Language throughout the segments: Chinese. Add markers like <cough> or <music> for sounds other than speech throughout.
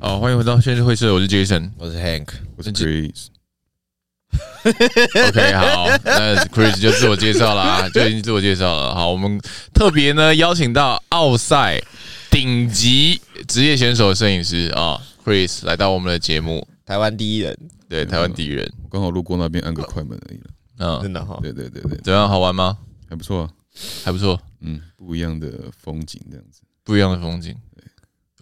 好，欢迎回到现实会社，我是 Jason。我是 Hank，我是 <laughs> Chris， OK，好，那 Chris 就自我介绍 <laughs> 啦，就已经自我介绍了。好，我们特别呢邀请到奥赛顶级职业选手摄影师啊、Chris 来到我们的节目，台湾第一人，对，台湾第一人，我刚好路过那边按个快门而已了。嗯，真的哈、对对对对，怎么样？好玩吗？还不错啊，还不错，嗯，不一样的风景这样子。不一样的风景。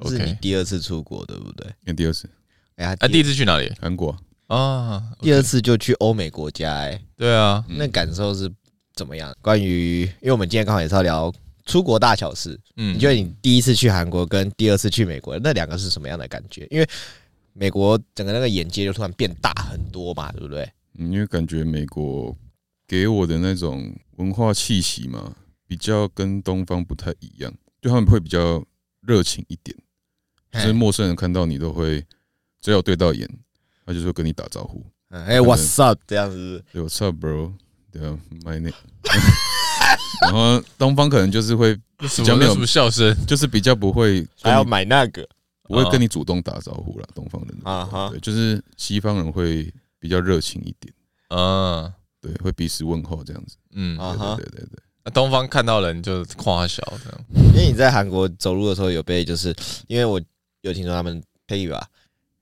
是你 OK，第二次出国对不对？那第二次哎呀，啊，第第一次去哪里韩国啊，啊？第二次就去欧美国家、哎，对啊，嗯那感受是怎么样？关于，因为我们今天刚好也是要聊出国大小事，嗯，你觉得你第一次去韩国跟第二次去美国，那两个是什么样的感觉？因为美国整个那个眼界就突然变大很多嘛，对不对？嗯，因为感觉美国给我的那种文化气息嘛，比较跟东方不太一样，就他们会比较热情一点，就是陌生人看到你都会，只要对到眼，他就说跟你打招呼，嗯哎，What's up？这样子，对，What's up, bro？对啊，My name。然后东方可能就是会，什讲么没有什么笑声？就是比较不会还跟要你买那个不会跟你主动打招呼啦，东方人啊哈对，就是西方人会比较热情一点，嗯对，会彼此问候这样子，嗯，啊对哈对。对对对，那东方看到人就夸小这样。因为你在韩国走路的时候有被，就是因为我有听说他们 Peggy 吧，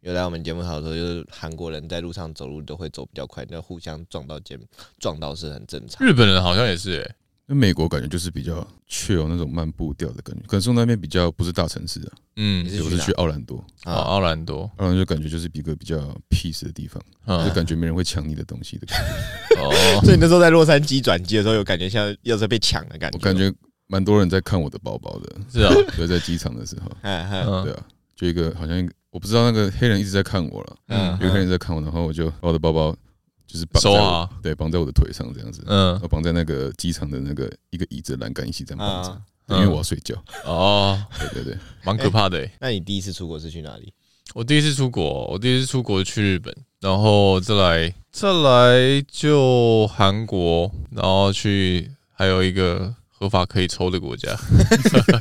有来我们节目讨论说，就是韩国人在路上走路都会走比较快，那互相撞到肩撞到是很正常。日本人好像也是、欸，那美国感觉就是比较确有那种慢步调的感觉，可是我那边比较不是大城市啊，嗯你是对去我是哪去奥兰多，哦，啊，奥兰多，奥兰多就感觉就是一个比较 peace 的地方，嗯啊就，感觉没人会抢你的东西的 <laughs> 感觉，哦，所以你那时候在洛杉矶转机的时候，有感觉像要是被抢的感觉。我感，觉蛮多人在看我的包包的， <laughs> 是 <laughs> 啊，对，在机场的时候，嗯嗯嗯对啊，就一个好像一个我不知道那个黑人一直在看我了，嗯有一个黑人在看我，然后我就把我的包包就是绑在收我啊好，对绑在我的腿上这样子，嗯然后绑在那个机场的那个一个椅子的栏杆一起这样绑着，啊，对因为我要睡觉。哦，对对对，蛮可怕的、欸。那你第一次出国是去哪里？我第一次出国，我第一次出国去日本，然后再来再来就韩国，然后去还有一个合法可以抽的 <laughs> 国家，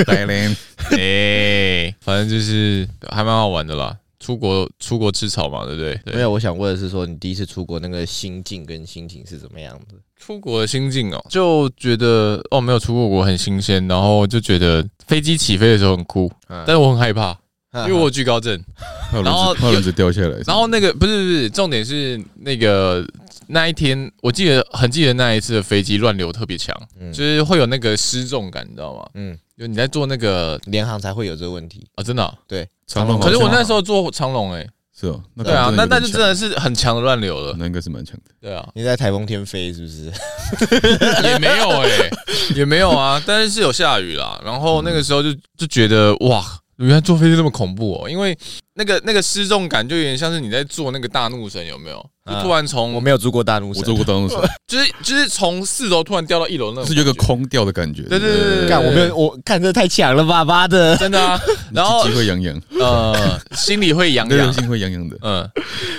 白莲 <laughs> 哎、反正就是还蛮好玩的啦。出国出国吃草嘛，对不对？对没有，我想问的是说，你第一次出国那个心境跟心情是怎么样的？出国的心境哦，就觉得哦没有出过国很新鲜，然后就觉得飞机起飞的时候很酷，嗯但是我很害怕， <laughs> 因为我我有惧高症。还有然后轮子，还有轮子掉下来。然后那个不是不是，重点是那个那一天，我记得很记得那一次的飞机乱流特别强，嗯就是会有那个失重感，你知道吗？ <laughs> 嗯，就你在做那个联航才会有这个问题。，啊，真的啊、长龙好可像，是我那时候做长龙哎、欸，是哦，那对啊，可那能那有点就真强的是很强的乱流了，那应该是蛮强的。对啊你在台风天飞是不是？也没有哎、也没有啊，但是是有下雨啦，然后那个时候就就觉得哇。原来坐飞机这么恐怖哦，因为那个那个失重感就有点像是你在做那个大怒神，有没有？就啊突然从、我没有住过大陆，我做过当中手，就是就是从四楼突然掉到一楼那种 <laughs> 感觉，就是有一个空掉的感觉。对对对对对干，我没有，我看这太强了，爸爸的。真的 <laughs> 啊。然后机会痒痒，呃， <laughs> 心里会痒那人痒，性会痒痒的，嗯，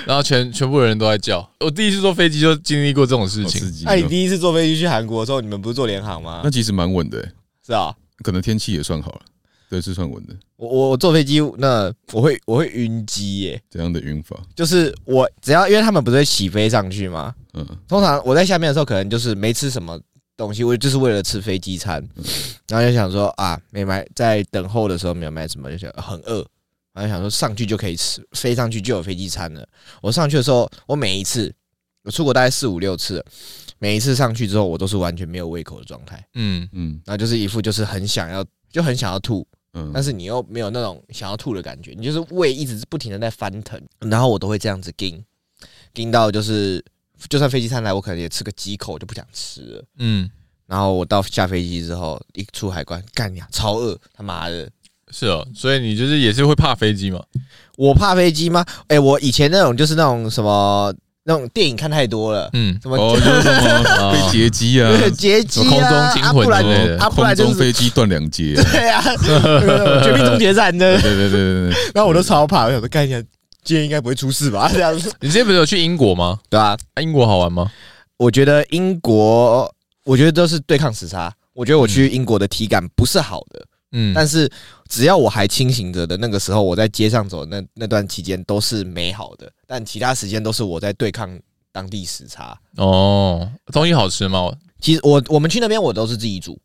然后全全部人都在叫。我第一次坐飞机就经历过这种事好情刺，激哦。那你第一次坐飞机去韩国的时候，你们不是坐联航吗那？其实蛮稳的欸，是啊，可能天气也算好了，对，是算稳的。我我我坐飞机，那我会我会晕机耶，怎样的晕法？就是我只要因为他们不是会起飞上去吗？嗯，通常我在下面的时候，可能就是没吃什么东西，我就是为了吃飞机餐，然后就想说啊，没买，在等候的时候没有买什么，就想呃很饿，然后想说上去就可以吃，飞上去就有飞机餐了。我上去的时候，我每一次我出国大概四五六次了，每一次上去之后，我都是完全没有胃口的状态，嗯嗯然后就是一副就是很想要，就很想要吐，嗯，但是你又没有那种想要吐的感觉，你就是胃一直不停的在翻腾，然后我都会这样子盯，盯到就是就算飞机餐来，我可能也吃个几口我就不想吃了。嗯，然后我到下飞机之后，一出海关，干呀，超饿，他妈的！是哦，所以你就是也是会怕飞机嘛？我怕飞机吗？哎、我以前那种就是那种什么那种电影看太多了，嗯，什么哦，就是什么被劫机啊， <laughs> 对劫机什么空啊中，惊啊魂不然之类的啊不空然就中是飞机断两截啊，对啊， <laughs> 绝命终结战的对，对对对对，然后我都超怕，我想说干一下，今天应该不会出事吧？这样子，你之前不是有去英国吗？嗯对啊，啊英国好玩吗？我觉得英国，我觉得都是对抗时差。我觉得我去英国的体感不是好的，嗯，但是只要我还清醒着的那个时候，我在街上走的那那段期间都是美好的，但其他时间都是我在对抗当地时差。哦，东西好吃吗？我其实我我们去那边我都是自己煮，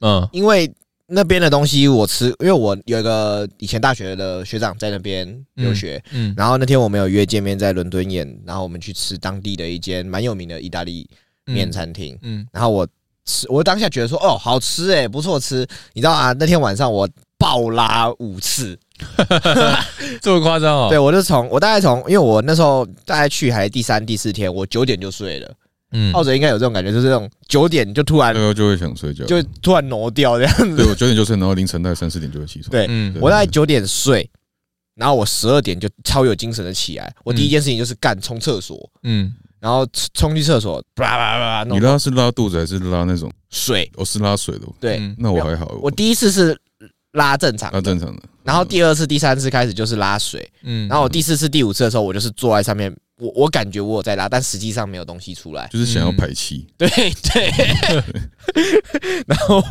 嗯因为那边的东西我吃，因为我有一个以前大学的学长在那边留学，嗯然后那天我们有约见面在伦敦眼，然后我们去吃当地的一间蛮有名的意大利面餐厅。嗯然后我吃，我当下觉得说，哦，好吃哎、不错吃。你知道啊，那天晚上我爆拉五次，嗯，这么夸张哦？对，我就从我大概从，因为我那时候大概去还第三、第四天，我九点就睡了。嗯澳洲应该有这种感觉，就是这种九点就突然那个就会想睡觉。就突然挪掉这样对，子。我九点就睡，然后凌晨大概三四点就会起床。对嗯对我大概九点睡。然后我十二点就超有精神的起来，我第一件事情就是干冲厕所，嗯然后冲去厕所，叭叭叭叭你弄拉是拉肚子还是拉那种？水，我是拉水的，对，嗯那我还好。我第一次是拉正常，拉正常的，然后第二次、第三次开始就是拉水，嗯，然后我第四次、第五次的时候，我就是坐在上面，我我感觉我有在拉，但实际上没有东西出来。就是嗯想要排气。 <laughs> 对对， <laughs> 然后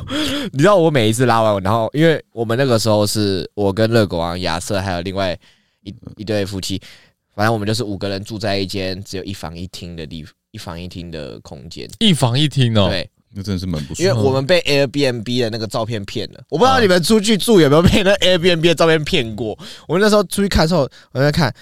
你知道我每一次拉完我，然后因为我们那个时候是我跟热狗王、亚瑟还有另外一一对夫妻，反正我们就是五个人住在一间只有一房一厅的地一房一厅的空间。一房一厅哦，对，那真的是蛮不因为爽。我们被 Airbnb 的那个照片骗了，我不知道你们出去住有没有被那 Airbnb 的照片骗过。我们那时候出去看的时候，我在看，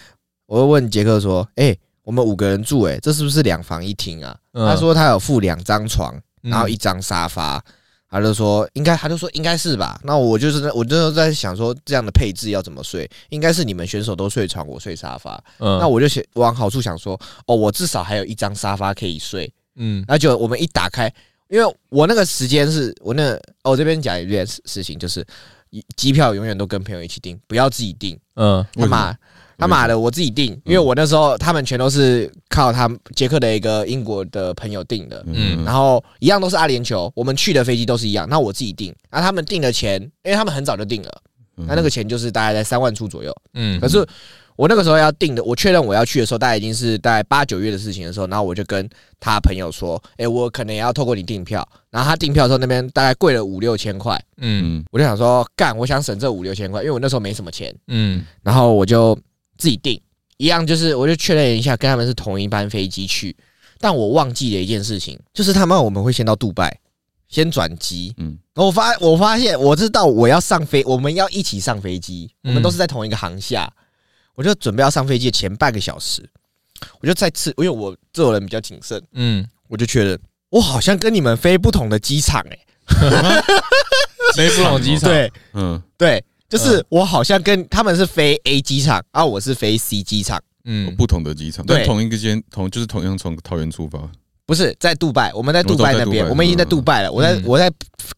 我就问杰克说：“哎、我们五个人住、哎，这是不是两房一厅啊？”嗯他说他有附两张床，嗯，然后一张沙发。他就说应该，他就说应该是吧。那我就是在我那时候在想说，这样的配置要怎么睡？应该是你们选手都睡床，我睡沙发。嗯，那我就想往好处想说，哦，我至少还有一张沙发可以睡。嗯然后就我们一打开，因为我那个时间是我那个哦，我这边讲一件事事情，就是一机票永远都跟朋友一起订，不要自己订。嗯为什么他嗯妈他妈的，我自己订，因为我那时候他们全都是靠他们捷克的一个英国的朋友订的。嗯然后一样都是阿联酋，我们去的飞机都是一样。那我自己订，那他们订的钱，因为他们很早就订了，嗯那那个钱就是大概在三万出左右。嗯可是我那个时候要订的，我确认我要去的时候，大概已经是大概八九月的事情的时候，然后我就跟他朋友说，哎、我可能也要透过你订票。然后他订票的时候，那边大概贵了五六千块，嗯嗯我就想说，干，我想省这五六千块，因为我那时候没什么钱，嗯然后我就自己订，一样就是我就确认一下，跟他们是同一班飞机去。但我忘记了一件事情，就是他们我们会先到杜拜，先转机，嗯，然后我发 <laughs> 我发现我知道我要上飞，我们要一起上飞机，嗯我们都是在同一个航下。我就准备要上飞机的前半个小时，我就再次，因为我这种人比较谨慎，嗯，我就确认我好像跟你们飞不同的机场哎、雷布朗机场，对嗯对，就是我好像跟他们是飞 A 机场，啊，我是飞 C 机场，有嗯不同的机场，对但同一个间同就是同样从桃园出发。不是在杜拜，我们在杜拜我知道在那边，杜拜我们已经在杜拜了。我在嗯我在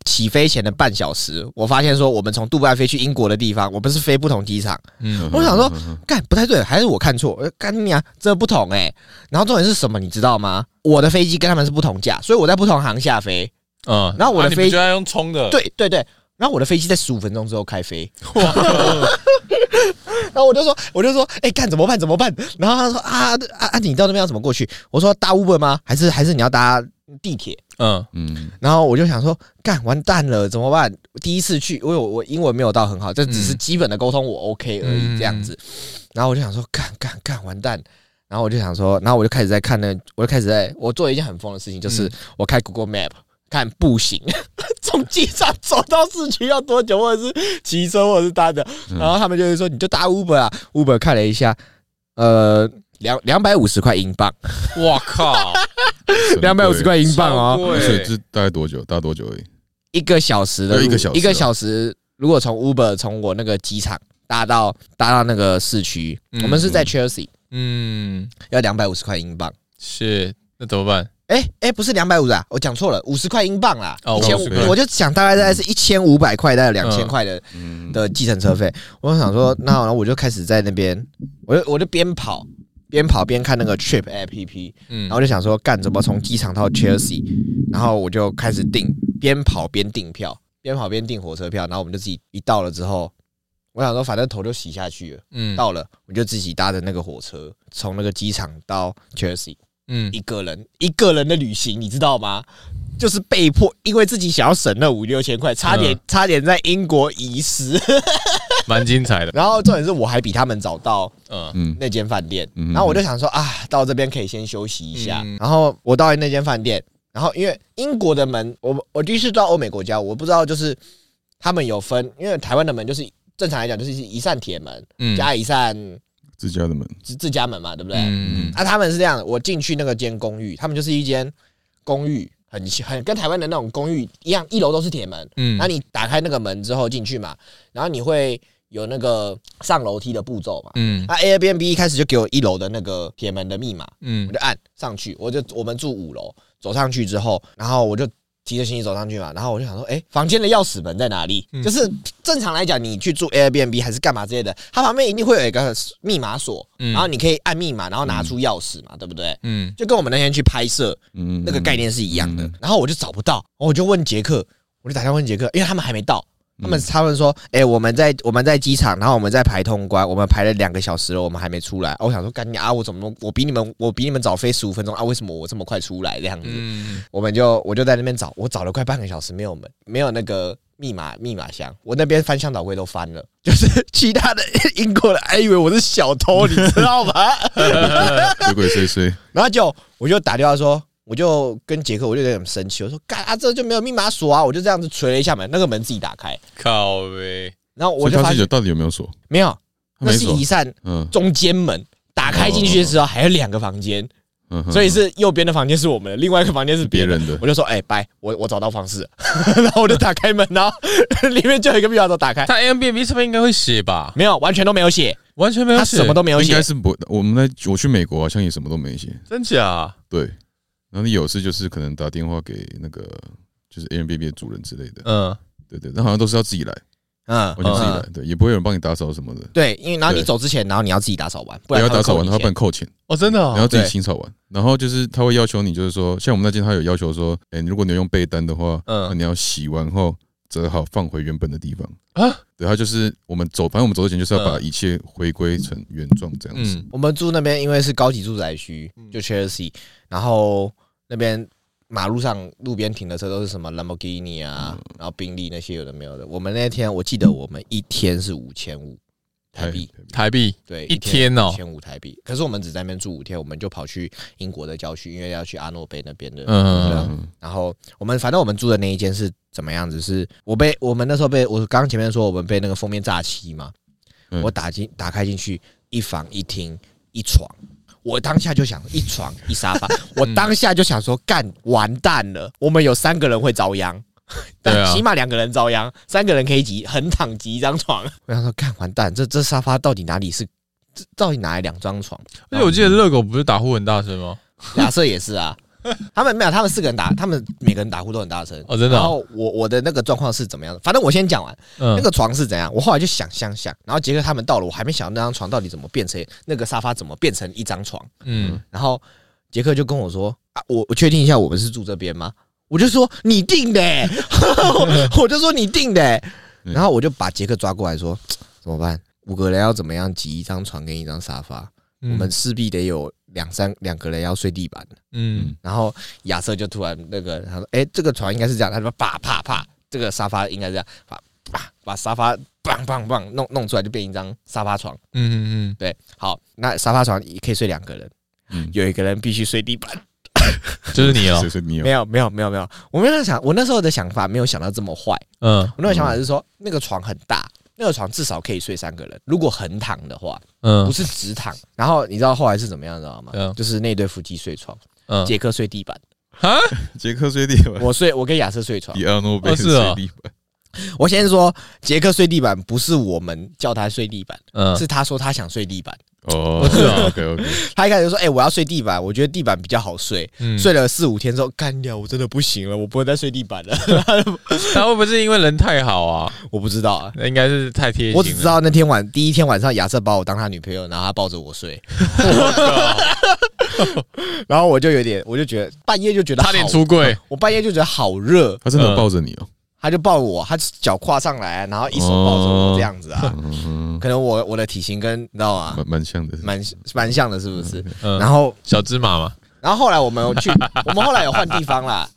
起飞前的半小时，我发现说我们从杜拜飞去英国的地方，我们是飞不同机场。嗯我想说嗯，嗯干不太对，还是我看错？呃干你啊，这不同哎、然后重点是什么，你知道吗？我的飞机跟他们是不同架，所以我在不同航下飞。嗯，然后我的啊你飞们就要用冲的，对对对，然后我的飞机在十五分钟之后开飞。然后我就说，我就说，哎、干怎么办？怎么办？然后他说啊啊啊，你到那边要怎么过去？我说搭 Uber 吗？还是还是你要搭地铁？ <laughs> 嗯 <laughs> 嗯，然后我就想说，干完蛋了，怎么办？第一次去，因为我我英文没有到很好，这只是嗯基本的沟通我 OK 而已嗯这样子。然后我就想说，干干干完蛋。然后我就想说，然后我就开始在看那，我就开始在我做了一件很疯的事情，就是嗯我开 Google Map 看步行 <laughs> 从机场走到市区要多久，或者是骑车，或者是搭的。嗯然后他们就会说，你就搭 Uber 啊，Uber 看了一下，呃，两两百五十块英镑，哇靠，两百五十块 <laughs> 英镑哦，超超贵贵。所以这大概多久？大概多久而已？一个小时的要路，一个小时一个小时。如果从 Uber 从我那个机场搭到搭到那个市区，嗯我们是在 Chelsea，嗯，要两百五十块英镑。是，那怎么办？哎、哎、不是两百五十啊，我讲错了，五十块英镑啦，哦一千五50块，我就想大概大概是一千五百块，大概两千嗯块的嗯，的计程车费。我想说，那然后我就开始在那边，我就我就边跑，边跑边看那个 Trip APP，嗯然后就想说干怎么从机场到 Chelsea，然后我就开始订，边跑边订票，边跑边订火车票，然后我们就自己一到了之后，我想说反正头就洗下去了，嗯到了我就自己搭着那个火车从那个机场到 Chelsea，嗯一个人一个人的旅行，你知道吗？就是被迫，因为自己想要省那五六千块，差点、嗯差点在英国遗失。 <laughs> 蛮精彩的，然后重点是我还比他们早到嗯嗯，那间饭店，嗯然后我就想说啊，到这边可以先休息一下。嗯然后我到那间饭店，然后因为英国的门，我我第一次到欧美国家，我不知道就是他们有分，因为台湾的门就是正常来讲就是一扇铁门、嗯加一扇自家的门，自自家门嘛，对不对？嗯啊，他们是这样的，我进去那个间公寓，他们就是一间公寓，很很跟台湾的那种公寓一样，一楼都是铁门。嗯那、你打开那个门之后进去嘛，然后你会有那个上楼梯的步骤嘛。嗯那 Airbnb 一开始就给我一楼的那个铁门的密码，我嗯就按上去，我就我们住五楼，走上去之后，然后我就提着行李走上去嘛，然后我就想说，哎、房间的钥匙门在哪里？嗯就是正常来讲，你去住 Airbnb 还是干嘛之类的，它旁边一定会有一个密码锁，嗯然后你可以按密码，然后拿出钥匙嘛，对不对？嗯就跟我们那天去拍摄嗯，那个概念是一样的。嗯然后我就找不到，我就问杰克，我就打电话问杰克，因为他们还没到。嗯他们他们说，哎、我们在我们在机场，然后我们在排通关，我们排了两个小时了，我们还没出来。啊我想说，干你啊，我怎么我比你们我比你们早飞十五分钟啊？为什么我这么快出来这样子？嗯我们就我就在那边找，我找了快半个小时，没有门，没有那个密码密码箱，我那边翻箱倒柜都翻了，就是其他的英国人还哎以为我是小偷，你知道吗？嗯鬼鬼祟祟，然后就我就打电话说，我就跟杰克，我就有点生气，我说干啊，这就没有密码锁啊，我就这样子捶了一下门，那个门自己打开，靠呗，然后我所以就他发自己现的到底有没有锁？没有，他那没是锁一，扇嗯中间门。打开进去的时候还有两个房间，嗯，嗯所以是右边的房间是我们的，另外一个房间是别别人的。人的，我就说，哎、拜，我我找到方式了， <laughs> 然后我就打开门，然后里面就有一个密码锁打开，他 M B B 上面应该会写吧？没没有，完全都没有写，完全没有他写，什么都没有应该写，是不，哎我们在我去美国好像也什么都没写，真假？对。然后你有事就是可能打电话给那个就是 a m b b 的主人之类的，嗯对对，但好像都是要自己来，嗯完全自己来嗯，对，也不会有人帮你打扫什么的，对，因为然后你对走之前，然后你要自己打扫完，不不然要他会打扫扣完你的话不钱然扣钱，哦，真的哦，然后自己对清扫完，然后就是他会要求你，就是说，像我们那间他有要求说，哎，如果你有用被单的话，嗯那你要洗完后折好放回原本的地方啊啊。对，他就是我们走，反正我们走之前就是要把嗯一切回归成原状这样子。嗯我们住那边因为是高级住宅区，就 Chelsea，然后那边马路上路边停的车都是什么兰博基尼啊，嗯然后宾利那些有的没有的。我们那天我记得我们一天是五千五台币，哎台币对，一天天哦五千五台币。可是我们只在那边住五天，我们就跑去英国的郊区，因为要去阿诺杯那边的。嗯对啊嗯，然后我们反正我们住的那一间是怎么样子？是我被我们那时候被我刚刚前面说我们被那个封面诈欺嘛，嗯我打进打开进去一房一厅一床，我当下就想一床一沙 <laughs> 发，我当下就想说干完蛋了，我们有三个人会遭殃。对啊但起码两个人遭殃，三个人可以挤横躺挤一张床。 <laughs> 我想说，干完蛋，这这沙发到底哪里是？这到底哪来两张床？而且我记得热狗不是打呼很大声吗？亚瑟也是 <laughs> 啊，他们没有，他们四个人打，他们每个人打呼都很大声。哦，真的然哦，后我我的那个状况是怎么样的？反正我先讲完那嗯个床是怎样，我后来就想想想，然后杰克他们到了，我还没想到那张床到底怎么变成那个沙发怎么变成一张床，嗯然后杰克就跟我说啊，我我确定一下我们是住这边吗？我就说你定的、 <laughs> 欸，我就说你定的欸、嗯然后我就把杰克抓过来说怎么办？五个人要怎么样挤一张床跟一张沙发？嗯我们势必得有两三两个人要睡地板。嗯然后亚瑟就突然那个，他说：“哎、这个床应该是这样。”他说：“啪啪啪，这个沙发应该这样，啪啪把沙发棒棒棒弄弄出来，就变一张沙发床。嗯嗯对，好，那沙发床也可以睡两个人，嗯有一个人必须睡地板。嗯，就是你 <laughs> 哦谁，啊是你有没有，没有，没有，没有。我没有想，我那时候的想法没有想到这么坏。嗯我那时候想法是说，那个床很大，那个床至少可以睡三个人，如果横躺的话，不嗯是直躺。然后你知道后来是怎么样，知道吗嗯？就是那对夫妻睡床，嗯，杰克睡地板，啊，杰克睡地板，我睡我跟亚瑟睡床。迪奥诺贝哦斯是哦睡地板，我先说，杰克睡地板不是我们叫他睡地板，嗯是他说他想睡地板。哦，是啊 OK OK，他一开始就说：“哎、我要睡地板，我觉得地板比较好睡。嗯睡了四五天之后，干掉，我真的不行了，我不能再睡地板了。他会不会是因为人太好啊？ <laughs> 我不知道啊，那应该是太贴心了。我只知道那天晚第一天晚上，亚瑟把我当他女朋友，然后他抱着我睡， <laughs> 然后我就有点，我就觉得半夜就觉得差点好出柜，我半夜就觉得好热，他真的有抱着你哦。他就抱我，他脚跨上来，啊然后一手抱着我这样子啊。嗯，可能我我的体型跟你知道吗，蛮蛮像的。蛮蛮像的，是不是？嗯，然后小芝麻嘛，然后后来我们有去， <laughs> 我们后来有换地方啦。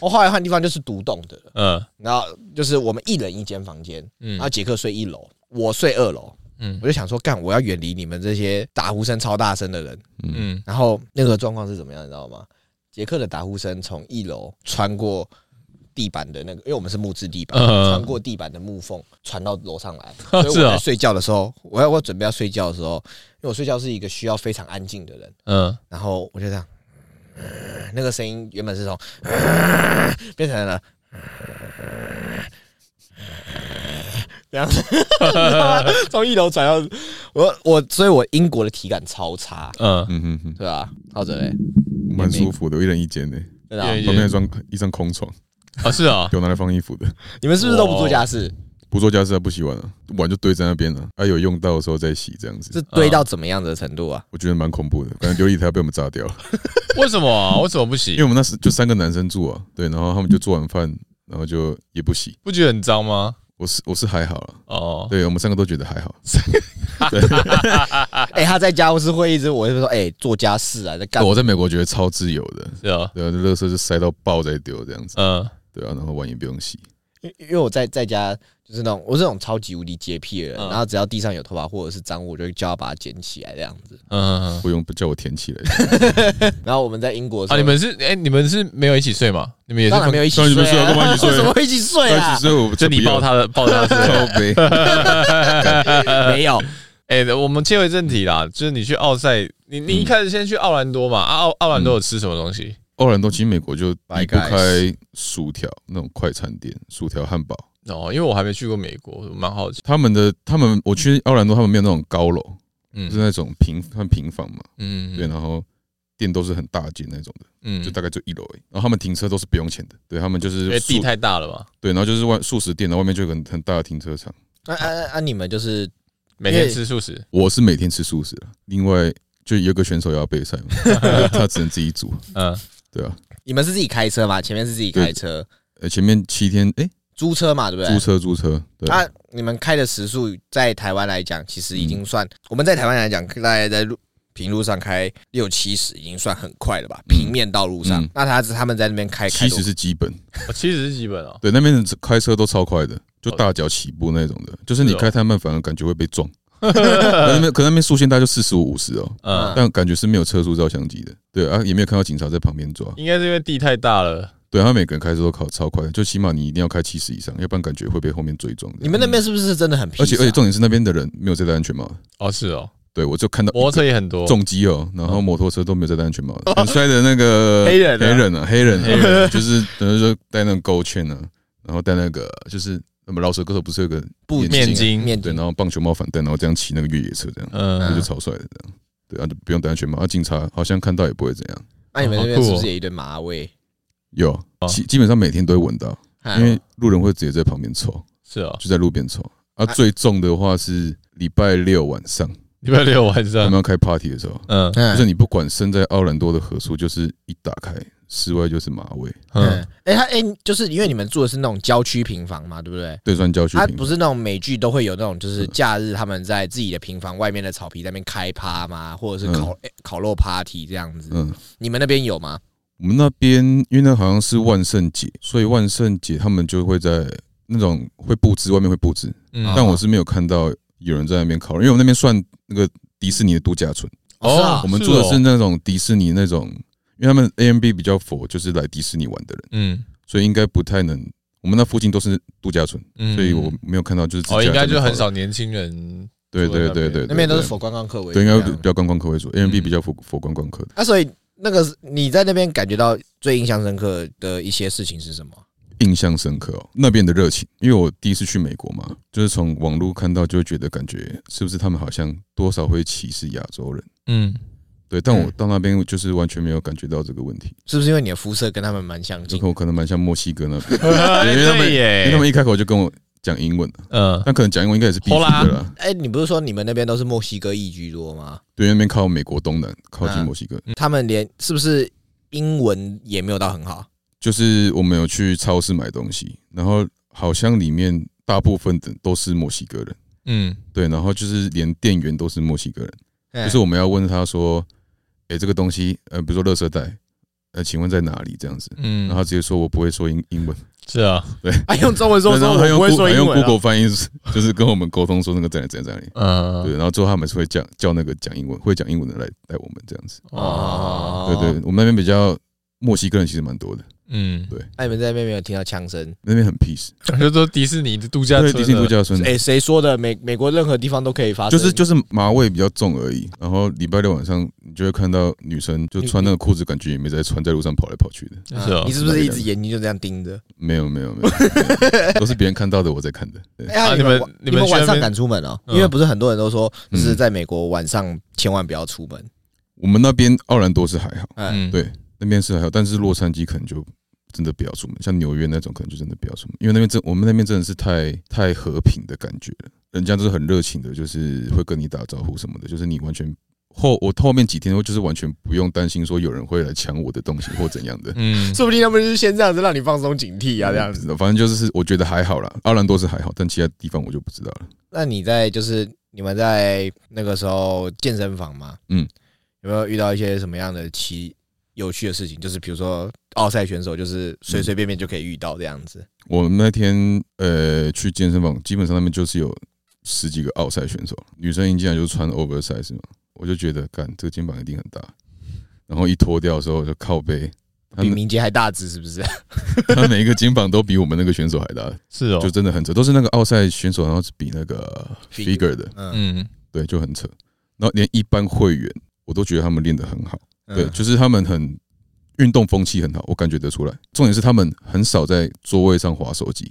我后来换地方就是独栋的了，嗯然后就是我们一人一间房间，然后嗯杰克睡一楼，我睡二楼。嗯我就想说，干，我要远离你们这些打呼声超大声的人。嗯，嗯，然后那个状况是怎么样，你知道吗？杰克的打呼声从一楼穿过地板的那个，因为我们是木质地板，嗯穿过地板的木缝传到楼上来。哦所以 <laughs> 是我哦在睡觉的时候，我要我准备要睡觉的时候，因为我睡觉是一个需要非常安静的人，嗯，然后我就这样， <coughs> 呃那个声音原本是从、 <coughs> 变成了。 <coughs> 这样子， <laughs> 你知道吗从一楼传到我我，所以我英国的体感超差。嗯，嗯哼哼，对啊，浩哲嘞，蛮舒服的，我一人一间呢，真的啊、一人一旁边一张一张空床，啊是啊，有拿来放衣服的。你们是不是都不做家事？不做家事还不洗碗啊，碗就堆在那边了，啊有用到的时候再洗这样是子。堆到怎么样的程度啊？我觉得蛮恐怖的，感觉琉璃台要被我们炸掉了。为什么啊？为什么不因为洗？我们那时就三个男生住啊，对，然后他们就做完饭，然后就也不洗。不觉得很脏吗？我是我是还好了，哦，对我们三个都觉得还好。呃哎、他在家务事会议之，我就说，哎、做家事啊，在干嘛？我在美国觉得超自由的，是啊，对啊，这垃圾就塞到爆再丢这样子，嗯对啊，然后碗也不用洗。因因为我在在家就是那种我是那种超级无敌洁癖的人，嗯然后只要地上有头发或者是脏物，我就会叫他把它捡起来这样子。嗯嗯，嗯不用叫我填起来，然后我们在英国的时啊，候，你们是哎，你们是没有一起睡吗？你们也是当然没有一起 <laughs> 睡、啊，当然你们睡啊干嘛一起睡 <laughs> 为什么会一起睡二啊十？岁我就你抱他 <laughs> 的抱他的睡。 <laughs> 靠背，啊 <laughs> 没有，哎、我们切回正题啦，就是你去奥赛，你你一开始先去奥兰多嘛？啊，奥奥兰多有吃什么东西？奥哦兰多其实美国 <laughs> 就离 Bye 不 guys 开薯条那种快餐店，薯条汉堡。哦，因为我还没去过美国，我蛮好奇。他们的他们，我去奥兰多，他们没有那种高楼，嗯就是那种平算平房嘛，嗯对，然后店都是很大间那种的，嗯就大概就一楼而已。然后他们停车都是不用钱的，对他们就因为是地素太大了嘛，对，然后就是外素食店，然后外面就有很很大的停车场。啊啊啊啊！你们就是每天吃素食。我是每天吃素食的，另外就有一个选手要备赛 <laughs> 嘛，他他只能自己煮，嗯，对啊。你们是自己开车嘛？前面是自己开车，呃，前面七天哎、租车嘛，对不对？租车租车，对，啊，你们开的时速在台湾来讲，其实已嗯经算、我们在台湾来讲，大概在路平路上开六七十，已经算很快了吧？平面道路上，嗯那他是他们在那边开，七开多十是基本，我七十是基本哦。对，那边的开车都超快的，哦就大脚起步那种的，就是你开太慢反而感觉会被撞。 <laughs> 可那边可那边速限大概就四十五五十哦，嗯，但感觉是没有车速照相机的，对啊，也没有看到警察在旁边抓。应该是因为地太大了。对，他每个人开车都考超快的，就起码你一定要开七十以上，要不然感觉会被后面追撞的。嗯你们那边是不是真的很、啊？而且而且重点是那边的人没有在戴安全帽的，哦，是哦，对我就看到摩托车也很多。重击哦，然后摩托车都没有在戴安全帽的，很帅的那个黑人啊黑人啊，黑人啊就是等于说戴那个勾圈啊，然后戴那个就是那么饶舌歌手不是有个不眼面镜巾面对，然后棒球帽反戴，然后这样骑那个越野车这样，那嗯就，超帅的这样，对啊就不用戴安全帽，啊警察好像看到也不会怎样，那、你们那好边酷哦是不是有一堆马尾？有基基本上每天都会闻到，啊因为路人会直接在旁边抽，是哦，就在路边抽。啊，啊最重的话是礼拜六晚上，礼拜六晚他上们。要开 party 的时候，嗯嗯就是你不管身在奥兰多的何处，就是一打开室外就是马尾，嗯嗯，，哎、他哎、就是因为你们住的是那种郊区平房嘛，对不对？对，算郊区他平啊不房。是那种美剧都会有那种，就是嗯假日他们在自己的平房外面的草皮在那边开趴嘛，或者是烤、哎烤肉 party 这样子。嗯，你们那边有吗？我们那边因为那好像是万圣节，所以万圣节他们就会在那种会布置，外面会布置，嗯，但我是没有看到有人在那边烤肉，因为我们那边算那个迪士尼的度假村，哦是啊我们是住的哦是那种迪士尼那种，因为他们 A M B 比较佛，就是来迪士尼玩的人。嗯所以应该不太能。我们那附近都是度假村，嗯所以我没有看到就是自哦，驾应该在那就边很烤肉。少年轻人。对对住在那对边对，对那边都是对否观光客为主。对，应该这比样啊较观光客为主，A M B 嗯比较佛佛观光客的。那所以那个是你在那边感觉到最印象深刻的一些事情是什么？印象深刻哦，那边的热情，因为我第一次去美国嘛，就是从网络看到就会觉得感觉是不是他们好像多少会歧视亚洲人， <laughs> 嗯，对，但我嗯到那边就是完全没有感觉到这个问题，是不是因为你的肤色跟他们蛮相这近个？我可能蛮像墨西哥那 <laughs> 边，因为他们对因为哎他耶，们一开口就跟我讲英文，嗯，但可能讲英文应该也是必须好的啦啦，哎，你不是说你们那边都是墨西哥裔居多吗？对，因为那边靠美国东南，靠近嗯墨西哥，他们连是不是英文也没有到很好？就是我们有去超市买东西，然后好像里面大部分的都是墨西哥人，嗯，对，然后就是连店员都是墨西哥人。哎就是我们要问他说，诶，这个东西，呃，比如说垃圾袋，呃，请问在哪里这样子，嗯，然后他直接说我不会说英英文，是啊， <laughs> 啊，用中文说然说后我他用不会 Goo- 说他英用文啊，啊 Google 翻译，就是跟我们沟通说那个在哪在哪在哪里，对，嗯，然后最后他们是会叫叫那个讲英文会讲英文的来带我们这样子，哦，对对，我们那边比较墨西哥人其实蛮多的，嗯，那你们在那边没有听到枪声？那边很 peace，就说迪士尼的度假对，村，啊迪士尼度，假村。啊哎，谁说的？美美国任何地方都可以发生，就是就是麻味比较重而已，然后礼拜六晚上你就会看到女生就穿那个裤子，感觉也没在穿，在路上跑来跑去的。啊是啊你，是不是一直眼睛就这样盯着？没有没有没有，没有都是别人看到的，我在看的。对哎呀，啊你你们晚你你们们去晚那上边敢出门哦？嗯因为不是很多人都说，嗯就是在美国晚上千万不要出门。我们那边奥兰多是还好，嗯，。嗯，对那边是还好，但是洛杉矶可能就真的不要出门，像纽约那种可能就真的不要出门，因为那边真我们那边真的是太太和平的感觉了，人家就是很热情的，就是会跟你打招呼什么的，就是你完全后我后面几天我就是完全不用担心说有人会来抢我的东西或怎样的嗯，说不定他们就是先这样子让你放松警惕啊，这样子。子，反正就是我觉得还好啦，奥兰多是还好，但其他地方我就不知道了。那你在就是你们在那个时候健身房吗？嗯，有没有遇到一些什么样的奇有趣的事情？就是比如说奥赛选手，就是随随便便就可以遇到这样子。我们那天呃去健身房，基本上他们就是有十几个奥赛选手，女生一进来就穿 oversize 嘛，我就觉得干这个肩膀一定很大，然后一脱掉的时候就靠背，他比们明杰还大只是不是？ <laughs> 他每一个肩膀都比我们那个选手还大，是哦就，真的很扯，都是那个奥赛选手，然后是比那个 Figure figure 的，嗯，嗯，对，就很扯，然后连一般会员我都觉得他们练得很好。对，嗯就是他们很运动风气很好，我感觉得出来。重点是他们很少在座位上划手机，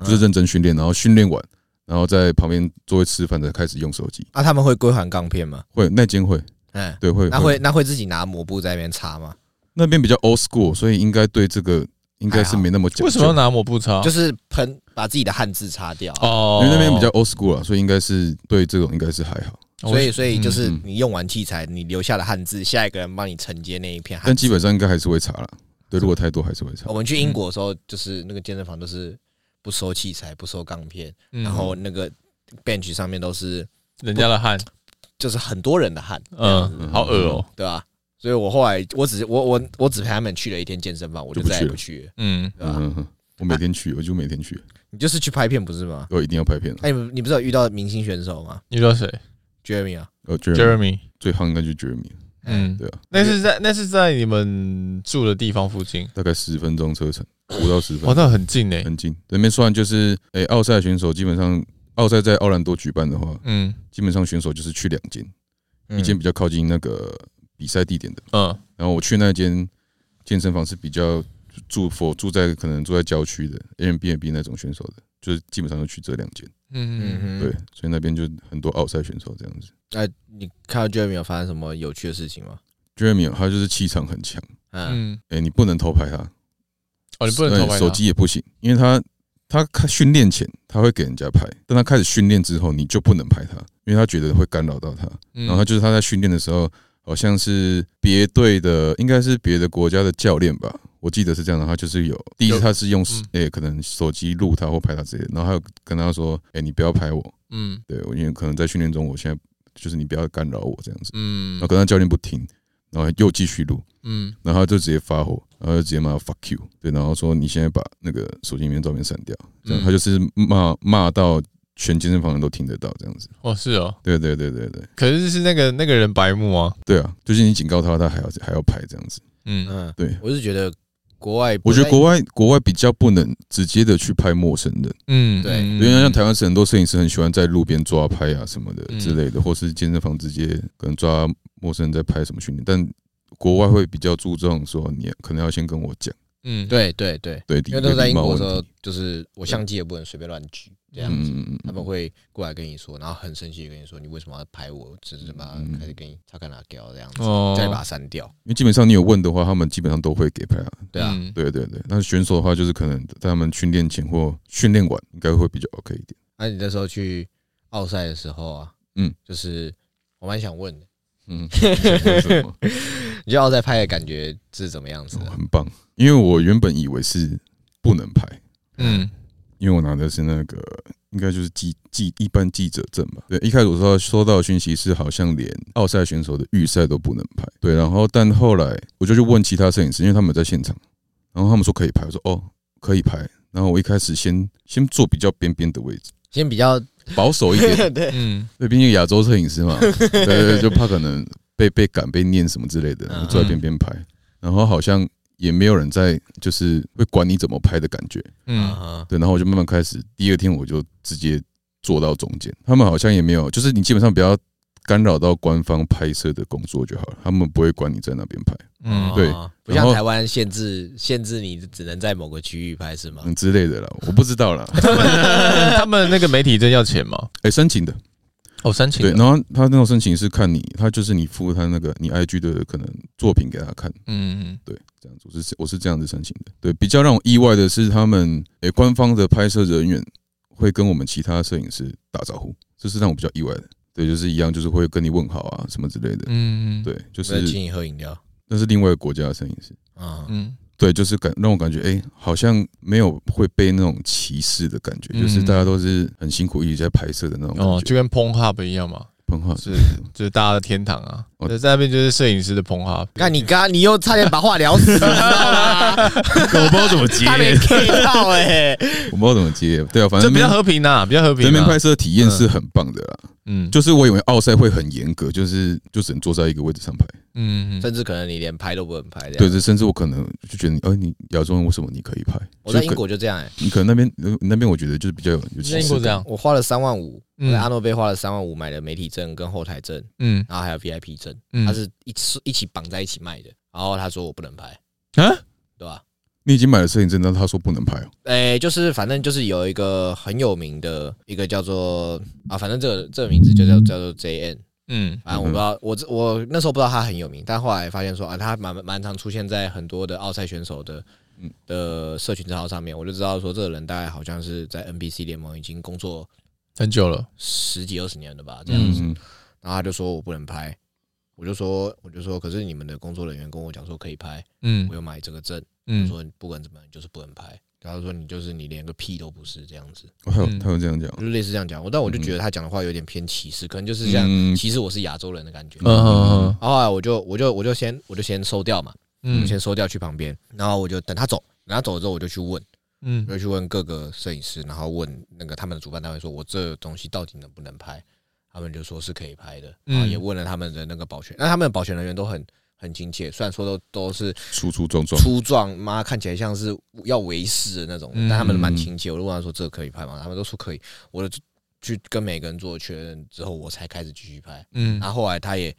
就是嗯认真训练，然后训练完，然后在旁边座位吃饭才开始用手机。啊，他们会归还钢片吗？会那间会，嗯，对会，那会那会自己拿抹布在那边擦吗？那边比较 old school，所以应该对这个应该是没那么讲究。为什么要？拿抹布哦擦？就是喷把自己的汗渍擦掉啊。哦，因为那边比较 old school 啊，所以应该是对这种应该是还好。所以，所以就是嗯嗯你用完器材，你留下的汉字，下一个人帮你承接那一片汉但字。基本上应该还是会查啦。对，如果太多还是哦会查我。们去英国的时候，就是那个健身房都是不收器材、不收钢片，嗯然后那个 bench 上面都是人家的汗，就是很多人的汗，嗯，啊嗯，好恶哦，对吧、所以我后来我只我我我只陪他们去了一天健身房，我就就不再去也了不去了，嗯，嗯对吧、哼哼，我每天去，我就每天去，你就是去拍片不是吗？我一定要拍片啊了。哎、你你不是有遇到明星选手吗你知道谁？Jeremy 啊，呃，Jeremy ？Jeremy，最夯应该就是 Jeremy，嗯，对啊，那是在那是在你们住的地方附近，大概十分钟车程，五到十分钟哇，。那很近诶，很近。那边算就是，诶、奥赛选手基本上，奥赛在奥兰多举办的话，嗯基本上选手就是去两间，嗯一间比较靠近那个比赛地点的，嗯然后我去那间健身房是比较住佛住在可能住在郊区的 Airbnb 那种选手的，就是基本上就去这两间，嗯嗯，嗯哼，对，所以那边就很多奥赛选手这样子。哎、你看到 Jeremy 有发生什么有趣的事情吗？ Jeremy 他就是气场很强，嗯，嗯，诶、你不能偷拍他，哦，你不能偷拍他呃手，机也不行，因为他他开训练前他会给人家拍，但他开始训练之后你就不能拍他，因为他觉得会干扰到他。然然后他就是他在训练的时候，好像是别队的，应该是别的国家的教练吧，我记得是这样的。他就是有第一有次他是用嗯诶、可能手机录他或拍他之类的，然后还有跟他说，诶、你不要拍我，嗯对我因为可能在训练中，我现在就是你不要干扰我这样子。然嗯后跟他教练不听，然后又继续录，嗯，然后他就直接发火，然后就直接骂 fuck you，对，然后说你现在把那个手机里面的照片删掉，这样嗯他就是骂骂到全健身房人都听得到这样子，哦是哦，对对对对对可是是那个那个人白目啊，对啊，就是你警告他，他还要还要拍这样子，嗯嗯，对我是觉得国外不我太，觉得国外国外比较不能直接的去拍陌生人，嗯，对嗯因为像台湾是很多摄影师很喜欢在路边抓拍啊什么的嗯之类的，或是健身房直接可能抓陌生人在拍什么训练，但国外会比较注重说你可能要先跟我讲，嗯，对对对，对，因为都是在礼英貌国问的时候题，就是我相机也不能随便乱举这样子，嗯嗯他嗯们会过来跟你说，然后很生气的跟你说，你为什么要拍我？只是把嗯开始跟你擦干拿掉这样子，哦再把它删掉。因为基本上你有问的话，他们基本上都会给拍啊。对啊，嗯对对对，那选手的话就是可能在他们训练前或训练完，应该会比较 OK 一点。啊那你那时候去奥赛的时候啊，嗯，就是我蛮想问的， <laughs> 嗯，为什么你觉得奥赛拍的感觉是怎么样子哦的？很棒，因为我原本以为是不能拍，嗯因为我拿的是那个应该就是记记一般记者证吧。对，一开始我收到收到的讯息是好像连奥赛选手的预赛都不能拍。对，然后但后来我就去问其他摄影师，因为他们有在现场，然后他们说可以拍，我说哦可以拍。然后我一开始先先坐比较边边的位置，先比较保守一点，对，嗯对，毕竟亚洲摄影师嘛，对对，对就怕可能被被赶、被念什么之类的，嗯就坐在边边拍，然后好像也没有人在，就是会管你怎么拍的感觉，嗯嗯，对，然后我就慢慢开始，第二天我就直接坐到中间，他们好像也没有，就是你基本上不要干扰到官方拍摄的工作就好了，他们不会管你在那边拍，嗯，对哦，不然像后台湾限制限制你只能在某个区域拍是吗？嗯之类的啦，我不知道啦， <laughs> 他们那个媒体真要钱吗？哎、申请的，哦，申请对，的，然后他那种申请是看你，他就是你付他那个你 IG 的可能作品给他看。嗯对，这样子我是我是这样子申请的。对，比较让我意外的是，他们诶、官方的拍摄人员会跟我们其他摄影师打招呼，这是让我比较意外的。对，就是一样，就是会跟你问好啊什么之类的。嗯，对，就不是是请你喝饮料那是另外一个国家的摄影师。啊，嗯对，就是感让我感觉，哎、好像没有会被那种歧视的感觉，嗯就是大家都是很辛苦一直在拍摄的那种感哦，觉，就跟 p o n h u b 一样嘛，很好。是 <laughs> 就是大家的天堂啊，哦在那边就是摄影师的 p o n h u b 看你刚你又差点把话聊死，你知道吗？ <laughs> 我不知道怎么接差点 K 到哎，我不知道怎么接。对啊，反这正比较那边和平呐，比较和这平边啊拍，摄体验是很棒的啦。嗯，就是我以为奥赛会很严格，就是就只能坐在一个位置上拍，嗯，甚至可能你连拍都不能拍这对，样。这甚至我可能就觉得你，呃，你亚洲人为什么你可以拍？我在就英可，国就这样哎，你可能那边呃那边我觉得就是比较有在有歧英视国感这，样，我花了三万五，我嗯在阿诺贝花了三万五买了媒体证跟后台证，嗯然后还有 VIP 证，嗯，它是一起一起绑在一起卖的。然后他说我不能拍，啊，对吧？你已经买了摄影证，但他说不能拍哦，诶、就是反正就是有一个很有名的一个叫做啊，反正这个这个名字就叫叫做 JN，嗯啊，我不知道，我这我那时候不知道他很有名，但后来发现说啊，他蛮蛮常出现在很多的奥赛选手的嗯的社群账号上面，我就知道说这个人大概好像是在 NBC 联盟已经工作很久了，十几二十年了吧，这样子。嗯，然后他就说我不能拍，我就说我就说，可是你们的工作人员跟我讲说可以拍，嗯我有买这个证，我嗯说你不管怎么样，你就是不能拍。然后他说你就是你连个屁都不是这样子，我还有嗯他有这样讲，就类似这样讲。我但我就觉得他讲的话有点偏歧视，可能就是像嗯歧视我是亚洲人的感觉。嗯嗯然后后来我就我就我就先我就先收掉嘛，我嗯先收掉去旁边，然后我就等他走，等他走了之后我就去问，嗯我就去问各个摄影师，然后问那个他们的主办单位说，我这东西到底能不能拍？他们就说是可以拍的，嗯然后也问了他们的那个保全，那他们的保全人员都很很亲切，虽然说都都是粗粗壮壮，粗壮，妈看起来像是要为师的那种，嗯但他们蛮亲切。我就问他说这个可以拍吗？他们都说可以，我就去跟每个人做确认之后，我才开始继续拍。嗯然后后来他也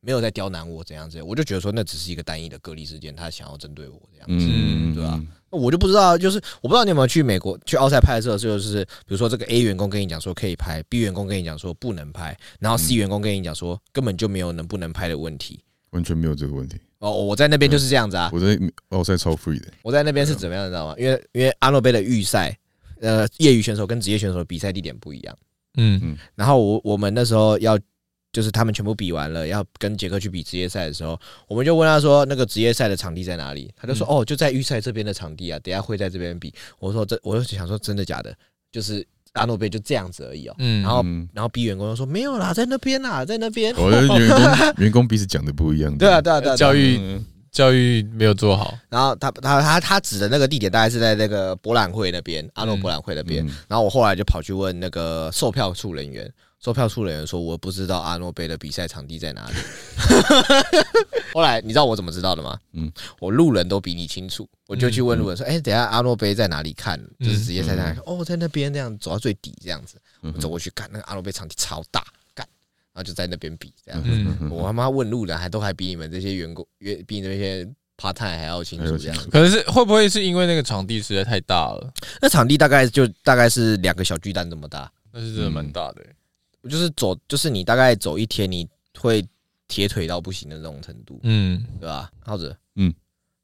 没有再刁难我怎样子，我就觉得说那只是一个单一的个例事件，他想要针对我这样子，嗯，对吧、啊那我就不知道，就是我不知道你有没有去美国去奥赛拍摄的时候，就是比如说这个 A 员工跟你讲说可以拍，B 员工跟你讲说不能拍，然后 C 员工跟你讲说根本就没有能不能拍的问题。完全没有这个问题，哦，我在那边就是这样子啊，我在奥赛超 free 的，我在那边是怎么样，你知道吗？因为因为阿诺杯的预赛，呃，业余选手跟职业选手的比赛地点不一样。嗯然后我我们那时候要就是他们全部比完了，要跟杰克去比职业赛的时候，我们就问他说那个职业赛的场地在哪里？他就说、哦，就在预赛这边的场地啊，等一下会在这边比。我说这，我就想说真的假的？就是阿诺杯就这样子而已哦。嗯，然后嗯哦然后 B 员工就说没有啦，在那边啦，在那边。我的员工 <laughs> 员工彼此讲的嗯不一样，对啊，，对啊，对啊，对啊教育教育没有做好，然后他他他他指的那个地点大概是在那个博览会那边，阿诺博览会那边。嗯然后我后来就跑去问那个售票处人员，售票处人员说我不知道阿诺杯的比赛场地在 <laughs> 哪里。后来你知道我怎么知道的吗？嗯嗯，我路人都比你清楚，我就去问路人说：“哎、等一下阿诺杯在哪里看？嗯就是直接在那里看、哦，在那边这样走到最底这样子，我嗯走过去看那个阿诺杯场地超大，干，然后就在那边比这样子。嗯我他妈问路人还都还比你们这些员工，约比你们这些 part time 还要清还楚有这样。可能是会不会是因为那个场地实在太大了？那场地大概就大概是两个小巨蛋这么大，那是真的蛮大的欸、就是走就是你大概走一天，你会铁腿到不行的那种程度，嗯，对吧？浩子，嗯，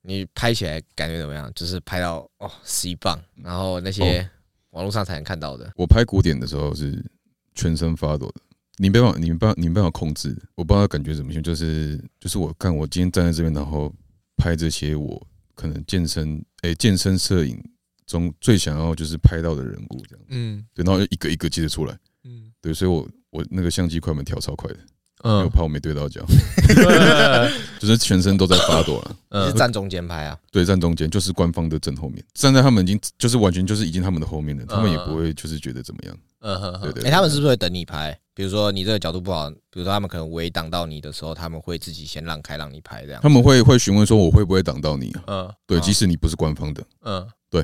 你拍起来感觉怎么样？就是拍到哦十一磅，然后那些网络上才能看到的，我拍古典的时候是全身发抖的，你没办法，你没办法，你没办法控制的。我不知道感觉怎么样，就是就是我看我今天站在这边，然后拍这些我可能健身诶、健身摄影中最想要就是拍到的人物这样，嗯对，然后一个一个接着出来，嗯对，所以我我那个相机快门调超快的，因为 <laughs> 我嗯怕我没对到焦，就是全身都在发抖了。你是嗯，站中间拍啊，对，站中间就是官方的正后面，站在他们已经就是完全就是已经他们的后面了，他们也不会就是觉得怎么样。嗯对对嗯，对哎、他们是不是会等你拍？比如说你这个角度不好，比如说他们可能围挡到你的时候，他们会自己先让开让你拍这样他。们会会询问说我会不会挡到你啊？嗯对，啊即使你不是官方的，嗯，对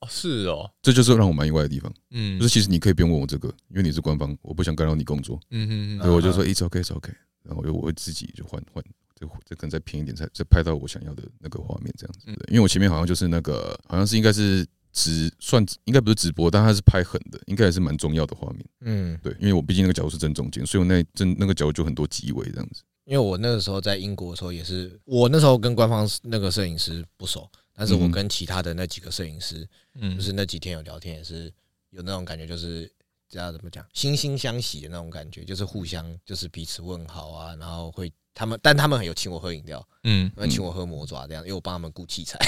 哦，是哦，这就是让我蛮意外的地方。嗯，就是其实你可以不用问我这个，因为你是官方，我不想干扰你工作，嗯嗯所以嗯，我就说 it's okay, it's okay，然后我就我会自己就换换。这这可能再偏一点，才再拍到我想要的那个画面，这样子。嗯对，因为我前面好像就是那个，好像是应该是直算，应该不是直播，但它是拍狠的，应该也是蛮重要的画面。嗯，对，因为我毕竟那个角度是正中间，所以我那正那个角度就很多机位这样子。因为我那个时候在英国的时候也是，我那时候跟官方那个摄影师不熟，但是我嗯跟其他的那几个摄影师，嗯就是那几天有聊天，也是有那种感觉，就是知道怎么讲，惺惺相惜的那种感觉，就是互相就是彼此问好啊，然后会他们，但他们很有请我喝饮料， <laughs> 嗯他们请我喝魔爪这样，因为我帮他们雇器材。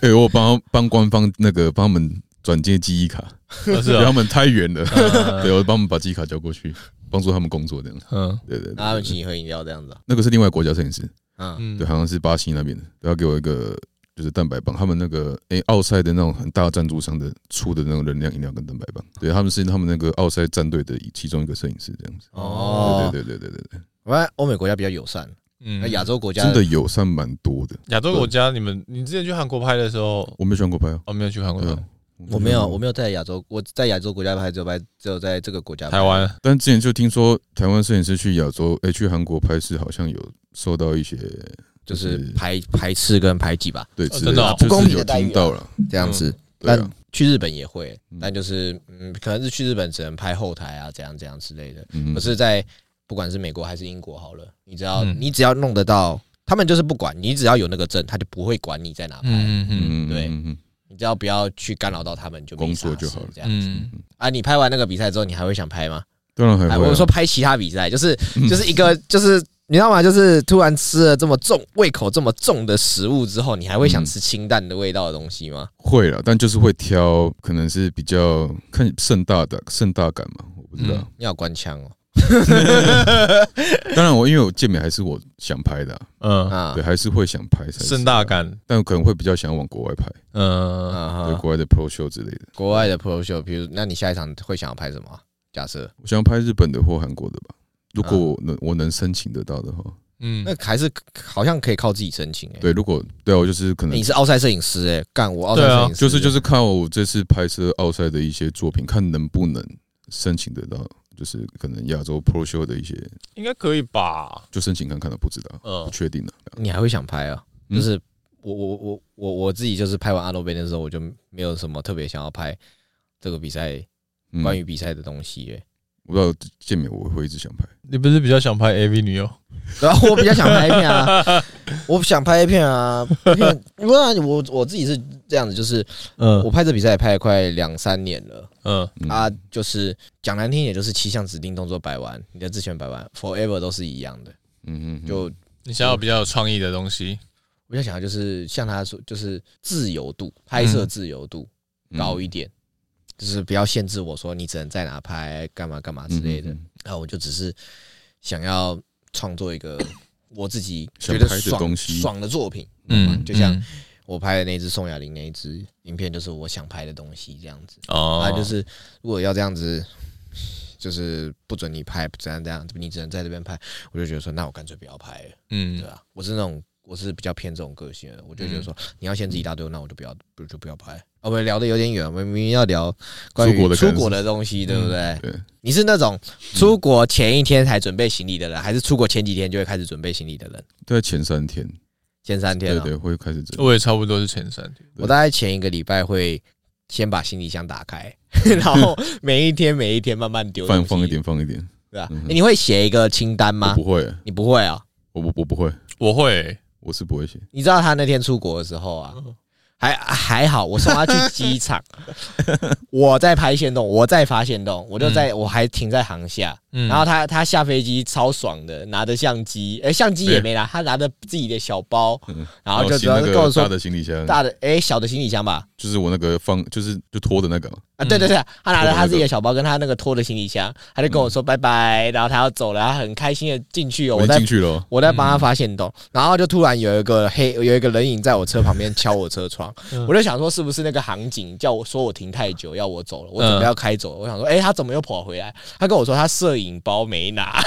哎、我帮帮官方那个帮他们转接记忆卡，哦是啊因为哦他，们太远了，嗯 <laughs> 对，我帮他们把记忆卡交过去，帮助他们工作这样子。嗯对对对然后他们对请你喝饮料这样子啊，那个是另外国家摄影师，嗯，嗯对，好像是巴西那边的，他给我一个就是蛋白棒，他们那个哎奥赛的那种很大的赞助商的出的那种能量饮料跟蛋白棒，对，他们是他们那个奥赛战队的其中一个摄影师这样子。哦，对对对对对对，我发现欧美国家比较友善，那嗯哎亚洲国家真的友善蛮多的。亚洲国家，你们你之前去韩国拍的时候，我没有喜欢过拍哦，哦，没有去韩国对拍啊，我没有，我没有。没有在亚洲，我在亚洲国家拍，只有拍只有在这个国家拍台湾，但之前就听说台湾摄影师去亚洲，哎、去韩国拍摄好像有受到一些就是排排斥跟排挤吧，对哦之真类的哦的，就不公是平有的待遇啊听到了，这样子。对但啊，去日本也会嗯，但就是嗯，可能是去日本只能拍后台啊，怎样怎样之类的。嗯可，是，在不管是美国还是英国，好了，你只要嗯你只要弄得到，他们就是不管你，只要有那个证，他就不会管你在哪拍。嗯嗯嗯对嗯嗯你只要不要去干扰到他们，就没工作啥就事好了这样子嗯嗯，啊，你拍完那个比赛之后，你还会想拍吗？当然还会哎，啊、我说拍其他比 <laughs> 赛，就是嗯就是一个就是你知道吗？就是突然吃了这么重胃口这么重的食物之后，你还会嗯想吃清淡的味道的东西吗？会了，但就是会挑，可能是比较看盛大的盛大感嘛，我不知道。你要关枪哦当然我因为我健美还是我想拍的啊、嗯，啊对，还是会想拍才是盛大，感，但可能会比较想往国外拍，啊嗯，对哈！国外的 pro show 之类的。国外的 pro show，比如那你下一场会想要拍什么啊？假设我想要拍日本的或韩国的吧，如果我能我能申请得到的话，嗯那还是好像可以靠自己申请哎、对，如果对啊，我就是可能你是奥赛摄影师哎、干我奥赛对啊摄影师欸就是就是靠我这次拍摄奥赛的一些作品，看能不能申请得到，就是可能亚洲 Pro Show 的一些，应该可以吧？就申请看看了，不知哦道，嗯不确定了。啊你还会想拍啊？嗯就是我我我我我自己就是拍完阿诺贝那时候，我就没有什么特别想要拍这个比赛嗯关于比赛的东西欸 <laughs> 耶、我不知道健美，我会一直想拍。你不是比较想拍 AV 女友？然后我比较想拍 A 片啊，我想拍 A 片啊， <laughs> 片不然啊我我自己是这样子，就是我嗯拍这比赛也拍了快两三年了嗯嗯啊，就是讲难听一点，就是七项指定动作摆完，你的自选摆完，forever 都是一样的。嗯嗯，就你想要比较有创意的东西，我就想要就是像他说，就是自由度，拍摄自由度嗯高一点，就是不要限制我说你只能在哪拍，干嘛干嘛之嗯类的。啊，我就只是想要创作一个我自己觉得想拍的爽东西爽的作品。嗯，就像我拍的那只宋亚玲那一支影片，就是我想拍的东西这样子。哦啊，就是如果要这样子，就是不准你拍，怎样怎样，你只能在这边拍，我就觉得说，那我干脆不要拍了，对嗯吧、我是那种我是比较偏这种个性的，我就觉嗯得说，你要限制一大堆，那我就不要，不就不要拍。哦，我们聊的有点远，我们明明要聊关于出国的感出受国的东西，对不对？嗯对，你是那种嗯出国前一天才准备行李的人，还是出国前几天就会开始准备行李的人？在前三天，前三天对啊，对，会开始这样。我也差不多是前三天。我大概前一个礼拜会先把行李箱打开， <laughs> 然后每一天每一天慢慢丢东放西，放一点，放一点。对啊。嗯哼欸你会写一个清单我吗不？会，你不会啊？我不我不会，我会，我是不会写。你知道他那天出国的时候啊，嗯还还好，我送他去 <laughs> 机场，我在拍线动，我在发线动，我就嗯在、我还停在航下，嗯 <laughs> 然后他他下飞机超爽的，拿着相机，哎、相机对也没拿，他拿着自己的小包，嗯然后就行主那要是个跟我说大的行李箱，大的哎、小的行李箱吧，就是我那个放，就是就拖的那个嘛。啊，嗯对对对，他拿着拖着他那自己的个小包跟他那个拖的行李箱，他就嗯跟我说拜拜，然后他要走了，他很开心的进去哦，我我已在经进去了哦，我在帮他发现洞，然后就突然有一个黑有一个人影在我车旁边敲我车窗，嗯我就想说是不是那个航警叫我说我停太久要我走了，我准备要开走了，我想说哎、他怎么又跑回来？他跟我说他摄影包没拿，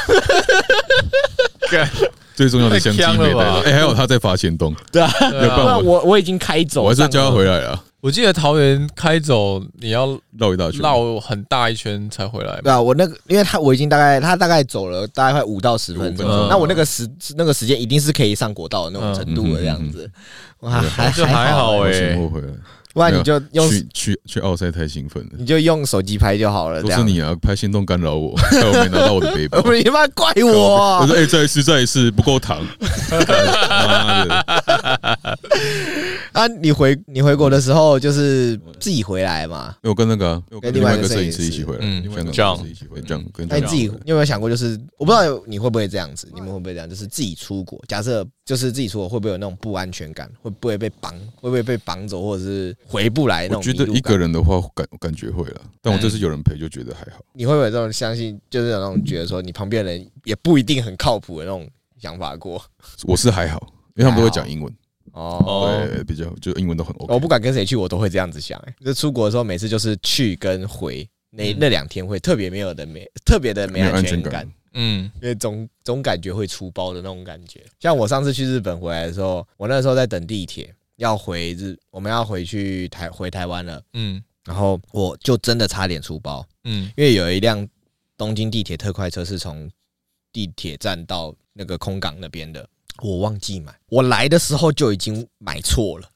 啊最重要的相机太呛没了吧带到。哎，还有他在发现洞，对要不不啊然然哦我我已经开走，我还是要叫他来。回来啊，我记得桃园开走你要绕一大圈。绕很大一圈才回来吧。对啊，我那个，因为他我已经大概他大概走了大概快五到十分钟，五分钟那我那个时那个时间一定是可以上国道的那种程度的这样子，哇，还就还好欸哎我先后回来。不然你就用去去去奥赛太兴奋了，你就用手机拍就好了，都这样是 <laughs> 你啊，拍心动干扰我， <laughs> 害我没拿到我的背包。你他妈怪我我啊！说哎，再一次，再一次，不够糖。妈的，哎啊你回你回国的时候就是自己回来嘛？因为我跟那个啊，因为我跟另跟另外外一一个个摄摄影影师师一起回来，嗯另外一个摄影师一起回来，这样跟那你自己这样你有没有想过，就是我不知道你会不会这样子，你们会不会这样？就是自己出国，假设就是自己出国，会不会有那种不安全感？会不会被绑？会不会被绑走，或者是回不来那我种？觉得一个，人的话感感觉会了，但我这次有人陪就觉得还好。你会不会有这种相信，就是有那种觉得说你旁边的人也不一定很靠谱的那种想法过？我是还好，因为他们都会讲英文，哦，哦对，比较就英文都很我 OK。不管跟谁去，我都会这样子想、欸。就出国的时候，每次就是去跟回那嗯那两天会特别没有的没特别的没没有安安全全感感，，嗯，因为总总感觉会出包的那种感觉。像我上次去日本回来的时候，我那时候在等地铁，要回日，我们要回去台回台湾了，嗯然后我就真的差点出包，嗯因为有一辆东京地铁特快车是从地铁站到那个空港那边的，我忘记买，我来的时候就已经买错了。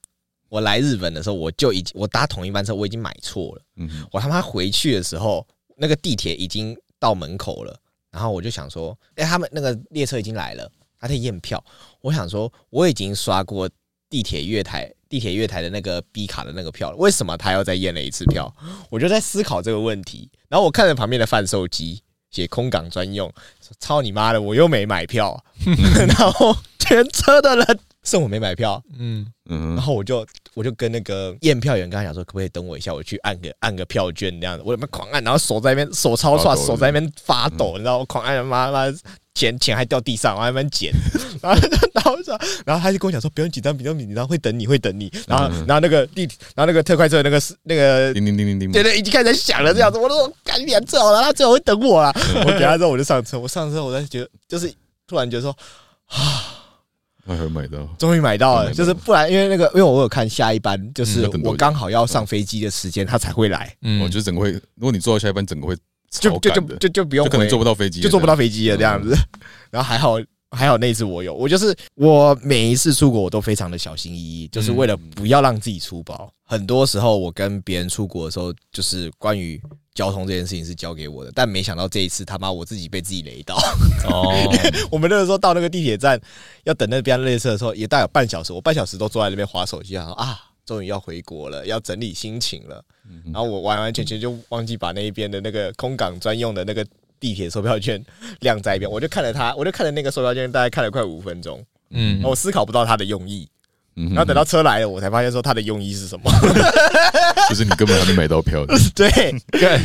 我来日本的时候，我就已经我搭同一班车，我已经买错了。嗯哼，我他妈回去的时候，那个地铁已经到门口了，然后我就想说，哎、他们那个列车已经来了，他在验票。我想说，我已经刷过地铁月台、地铁月台的那个 B 卡的那个票了，为什么他要再验了一次票？我就在思考这个问题。然后我看着旁边的贩售机写空港专用，说操你妈的，我又没买票， <laughs> 然后全车的人 <laughs> 剩我没买票，嗯，嗯然哼，后我就我就跟那个验票员跟他讲说，可不可以等我一下，我去按个按个票券这样子。我他妈狂按，然后手在那边手超发刷，抖嗯手在那边发抖，你知道，我狂按，妈妈钱钱还掉地上，我还在那边捡。 <laughs> 然后然后说，然后他就跟我讲说，不用紧张，不用紧张，会等你，会等你。然后嗯然后那个地，然后那个特快车那个是那个叮叮叮叮叮，对对，已经开始在想了这样子，我都说干你俩最好了，他最好会等我啦。嗯我给他之后我就上车，我上车我才觉得就是突然觉得说，还有哎买到，终终于买到了，于买到了就是不然因为那个因为我有看下一班，就是嗯要等多久我刚好要上飞机的时间他才会来，嗯我觉得整个会，如果你坐到下一班，整个会就超就赶就的就就不用就可能回坐不到飞机，嗯就坐不到。飞机了这样子。 <laughs> 然后还好还好那一次我有，我就是我每一次出国我都非常的小心翼翼，就是为了不要让自己出包。很多时候我跟别人出国的时候，就是关于交通这件事情是交给我的，但没想到这一次他妈我自己被自己雷到。哦， <laughs> 我们那个时候到那个地铁站要等那边列车的时候，也大概有半小时，我半小时都坐在那边划手机，然后啊，终于要回国了，要整理心情了。然后我完完全全就忘记把那一边的那个空港专用的那个地铁售票券晾在一边，我就看了它，我就看了那个售票券，大概看了快五分钟，嗯然后我思考不到它的用意。嗯哼然后等到车来了，我才发现说它的用意是 <laughs> 什么。就是你根本还没买到票的， <laughs> 对，对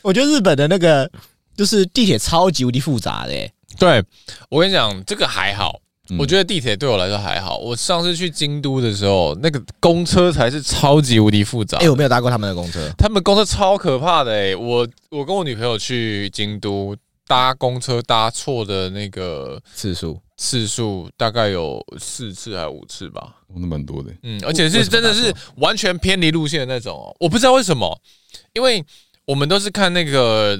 我觉得日本的那个就是地铁超级无敌复杂的、欸，对，我跟你讲，这个还好。嗯我觉得地铁对我来说还好。我上次去京都的时候，那个公车才是超级无敌复杂哎、。我没有搭过他们的公车，他们公车超可怕的诶、我我跟我女朋友去京都搭公车搭错的那个次数次数大概有四次还五次吧。那蛮多的。嗯，而且是真的是完全偏离路线的那种、哦，我不知道为什么，因为我们都是看那个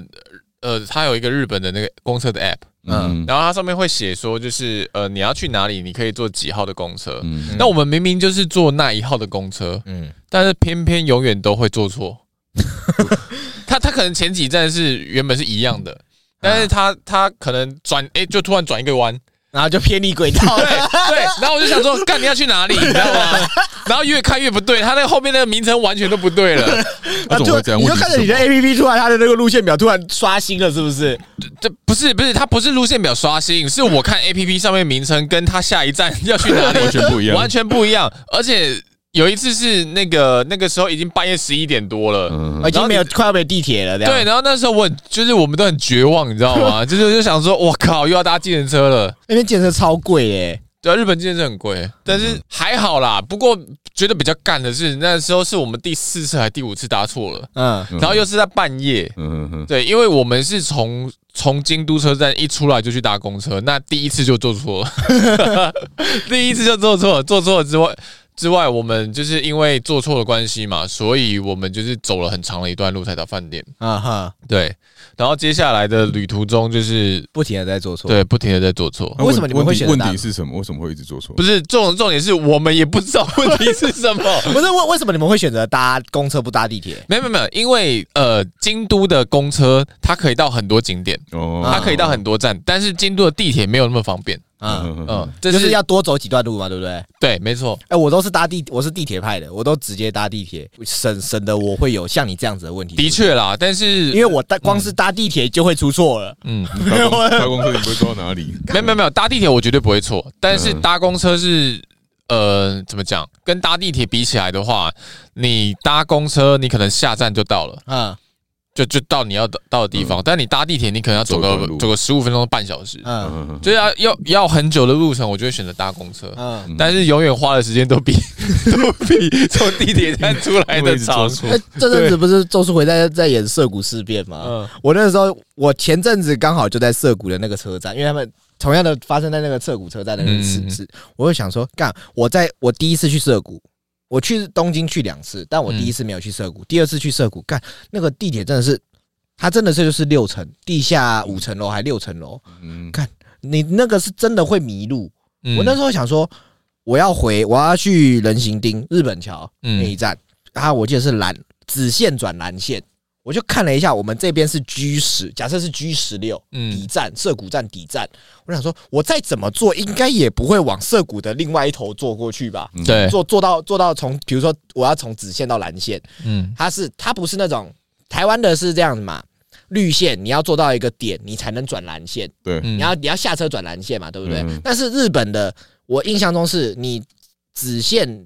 呃，它有一个日本的那个公车的 app，嗯嗯然后它上面会写说，就是呃你要去哪里，你可以坐几号的公车。嗯那我们明明就是坐那一号的公车，嗯，但是偏偏永远都会坐错。他他可能前几站是原本是一样的，但是他他可能转哎、就突然转一个弯，然后就偏离轨道对 <laughs> 了。对，然后我就想说，干你要去哪里，你知道吗？然后越看越不对，他那个后面那个名称完全都不对了，那怎么会这样？你就问题看是着你的什么 A P P 突然它的那个路线表突然刷新了，是不是？这不是不是，他不是路线表刷新，是我看 A P P 上面名称跟他下一站要去哪里完全不一样，完全不一样，而且有一次是那个那个时候已经半夜十一点多了，嗯已经没有快要没有地铁了，这样对，然后那时候我很就是我们都很绝望，你知道 <laughs> 吗？就是就想说，我靠，又要搭计程车了。那边建设超贵欸耶、对啊，日本计程车很嗯贵，但是还好啦。不过觉得比较干的是，那时候是我们第四次还第五次搭错了，嗯嗯然后又是在半夜。嗯嗯对，因为我们是从从京都车站一出来就去搭公车，那第一次就坐错了， <laughs> 第一次就坐错了，坐错了之外之外，我们就是因为坐错了关系嘛，所以我们就是走了很长的一段路才到饭店。啊哈，对，然后接下来的旅途中就是不停的在做错。对不停的在做错，那为什么你们会问题选择问大题陆是什么？为什么会一直做错不？是重重点是我们也不知道问题是什么。 <laughs> 不是为为什么你们会选择搭公车不搭地铁？没有没有没有，因为呃，京都的公车它可以到很多景点，哦它可以到很嗯多站，但是京都的地铁没有那么方便。嗯，嗯嗯，这就是是要多走几段路嘛，对不对？哎、对，没错。我都是搭地，我是地铁派的，我都直接搭地铁，省省的我会有像你这样子的问题。的，确啦，但因是为我搭光是搭地铁就会出错了。嗯，搭公搭公车你不会坐到哪里？没有没有没有，搭地铁我绝对不会错，但是嗯搭公车是呃怎么讲？跟搭地铁比起来的话，你搭公车你可能下站就到了，嗯就就到你要的到的地方，但你搭地铁你可能要走走一段个路走个十五分钟到半小时，嗯嗯嗯就是要要要很久的路程，我就会选择搭公车。嗯，嗯但是永远花的时间都比都比从地铁站出来因为的一直做长。错那、，哎这阵子不是周书回在在演涩谷事变吗？嗯我那时候，我前阵子刚好就在涩谷的那个车站，因为他们同样的发生在那个涩谷车站的那个事嗯事，我就想说，干，我在我第一次去涩谷，我去东京去两次，但我第一次没有去涩谷，第二次去涩谷，干，那个地铁真的是，它真的是就是六层，地下五层楼还六层楼，嗯你那个是真的会迷路。嗯我那时候想说，我要回，我要去人行町日本桥嗯那一站，然后我记得是蓝紫线转蓝线，我就看了一下，我们这边是 G 十，假设是 G 十六底嗯站，涩谷站底站，我想说，我再怎么做，应该也不会往涩谷的另外一头坐过去吧？嗯对坐坐到坐到从，比如说我要从紫线到蓝线，嗯它是它不是那种台湾的是这样子嘛？绿线你要做到一个点，你才能转蓝线。对，嗯你要你要下车转蓝线嘛，对不对？嗯但是日本的，我印象中是你紫线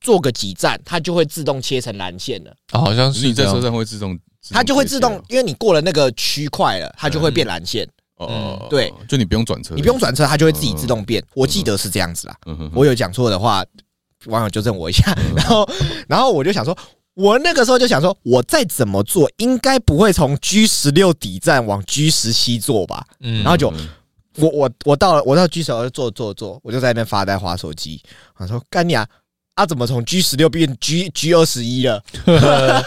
做个几站，它就会自动切成蓝线了，好像只是是你在这样车上会自动，它就会自动哦，因为你过了那个区块了，它就会变蓝线，哦哦，哦对，就你不用转车，你不用转车，它就会自己自动变。我记得是这样子啦，嗯，嗯嗯我有讲错的话，网友纠正我一下。 <laughs> 然后，然后我就想说。我那个时候就想说，我再怎么做，应该不会从 G 十六底站往 G 十七坐吧？嗯然后就嗯我我我到了，我到 G 十二坐坐坐，我就在那边发呆划手机。我说干你啊！啊，怎么从 G 十六变 G G 二十一了？ <laughs> 嗯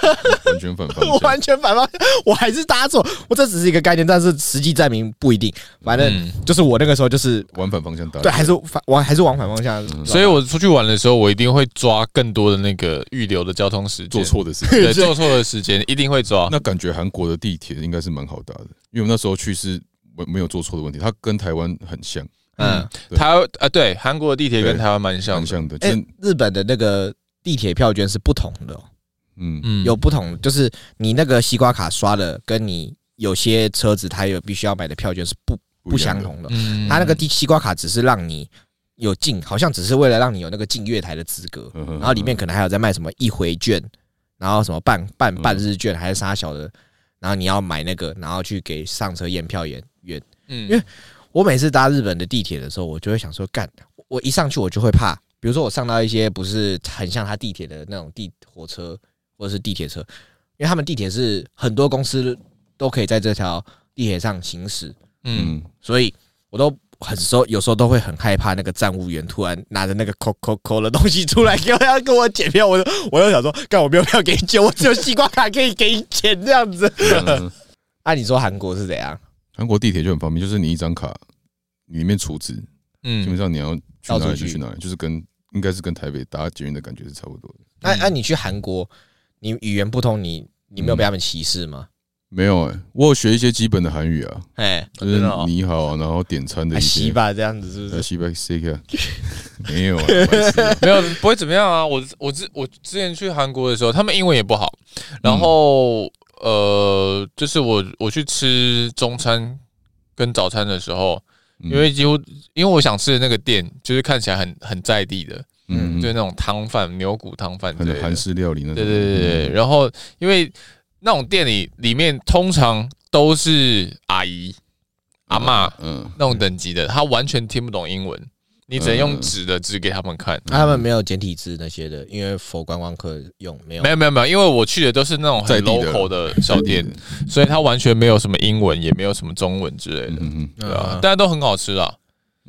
完全反方我向， <laughs> 完全反方向，我还是搭错。我这只是一个概念，但是实际证明不一定。反正嗯就是我那个时候就是往反方向搭，对，还是反往还是往反方向。所以我出去玩的时候，我一定会抓更多的那个预留的交通时间，做错的事情。对做错的时间一定会抓。那感觉韩国的地铁应该是蛮好搭的，因为我那时候去是没没有做错的问题，它跟台湾很像，嗯嗯，对台湾啊，对，韩国的地铁跟对台湾蛮像蛮的，像的，就哎是，日本的那个地铁票券是不同的哦，嗯嗯有不同，就是你那个西瓜卡刷的，跟你有些车子它有必须要买的票券是不不一样相的，同的。嗯他那个地西瓜卡只是让你有进，好像只是为了让你有那个进月台的资格，嗯然后里面可能还有在卖什么一回券，然后什么半嗯半半日券还是啥小的，然后你要买那个，然后去给上车验票员员。因嗯为我每次搭日本的地铁的时候，我就会想说，干，我一上去我就会怕，比如说我上到一些不是很像他地铁的那种地火车或者是地铁车，因为他们地铁是很多公司都可以在这条地铁上行驶，嗯嗯，<laughs> 所以我都很时候有时候都会很害怕那个站务员突然拿着那个扣扣扣的东西出来给我要跟我检票，我就我又想说，干我没有票给你啊检，我只有西瓜卡可以给你检这样子。嗯嗯嗯按、你说韩国是怎样？韩国地铁就很方便，就是你一张卡里面储值，基本嗯，上你要去到哪处里就去去哪里，就是跟应该是跟台北搭捷运的感觉是差不多的。那那啊你去韩国，你语言不通，你你没有被他们歧视吗？没有哎、我有学一些基本的韩语啊，哎，就真是的哦你好啊，然后点餐的一洗些。吧，这样子是不呃，是？西北 C <laughs> K 没有啊，白痴啊没有不会怎么样啊。我我之我之前去韩国的时候，他们英文也不好，嗯然后、呃，就是我我去吃中餐跟早餐的时候，嗯因为几乎因为我想吃的那个店，就是看起来很很在地的，嗯，就是嗯那种汤饭、牛骨汤饭之类很的韩式料理那种。对对对对，嗯对，然后因为那种店里里面通常都是阿姨、阿嬷嗯，那种等级的，她完全听不懂英文，你只能嗯用指的指给他们看。啊那他们没有简体字那些的，因为佛观光客用没有没。有没有没有，因为我去的都是那种在很地的 local 的小店，所以它完全没有什么英文，也没有什么中文之类嗯的，嗯对啊嗯，但都很好吃啦。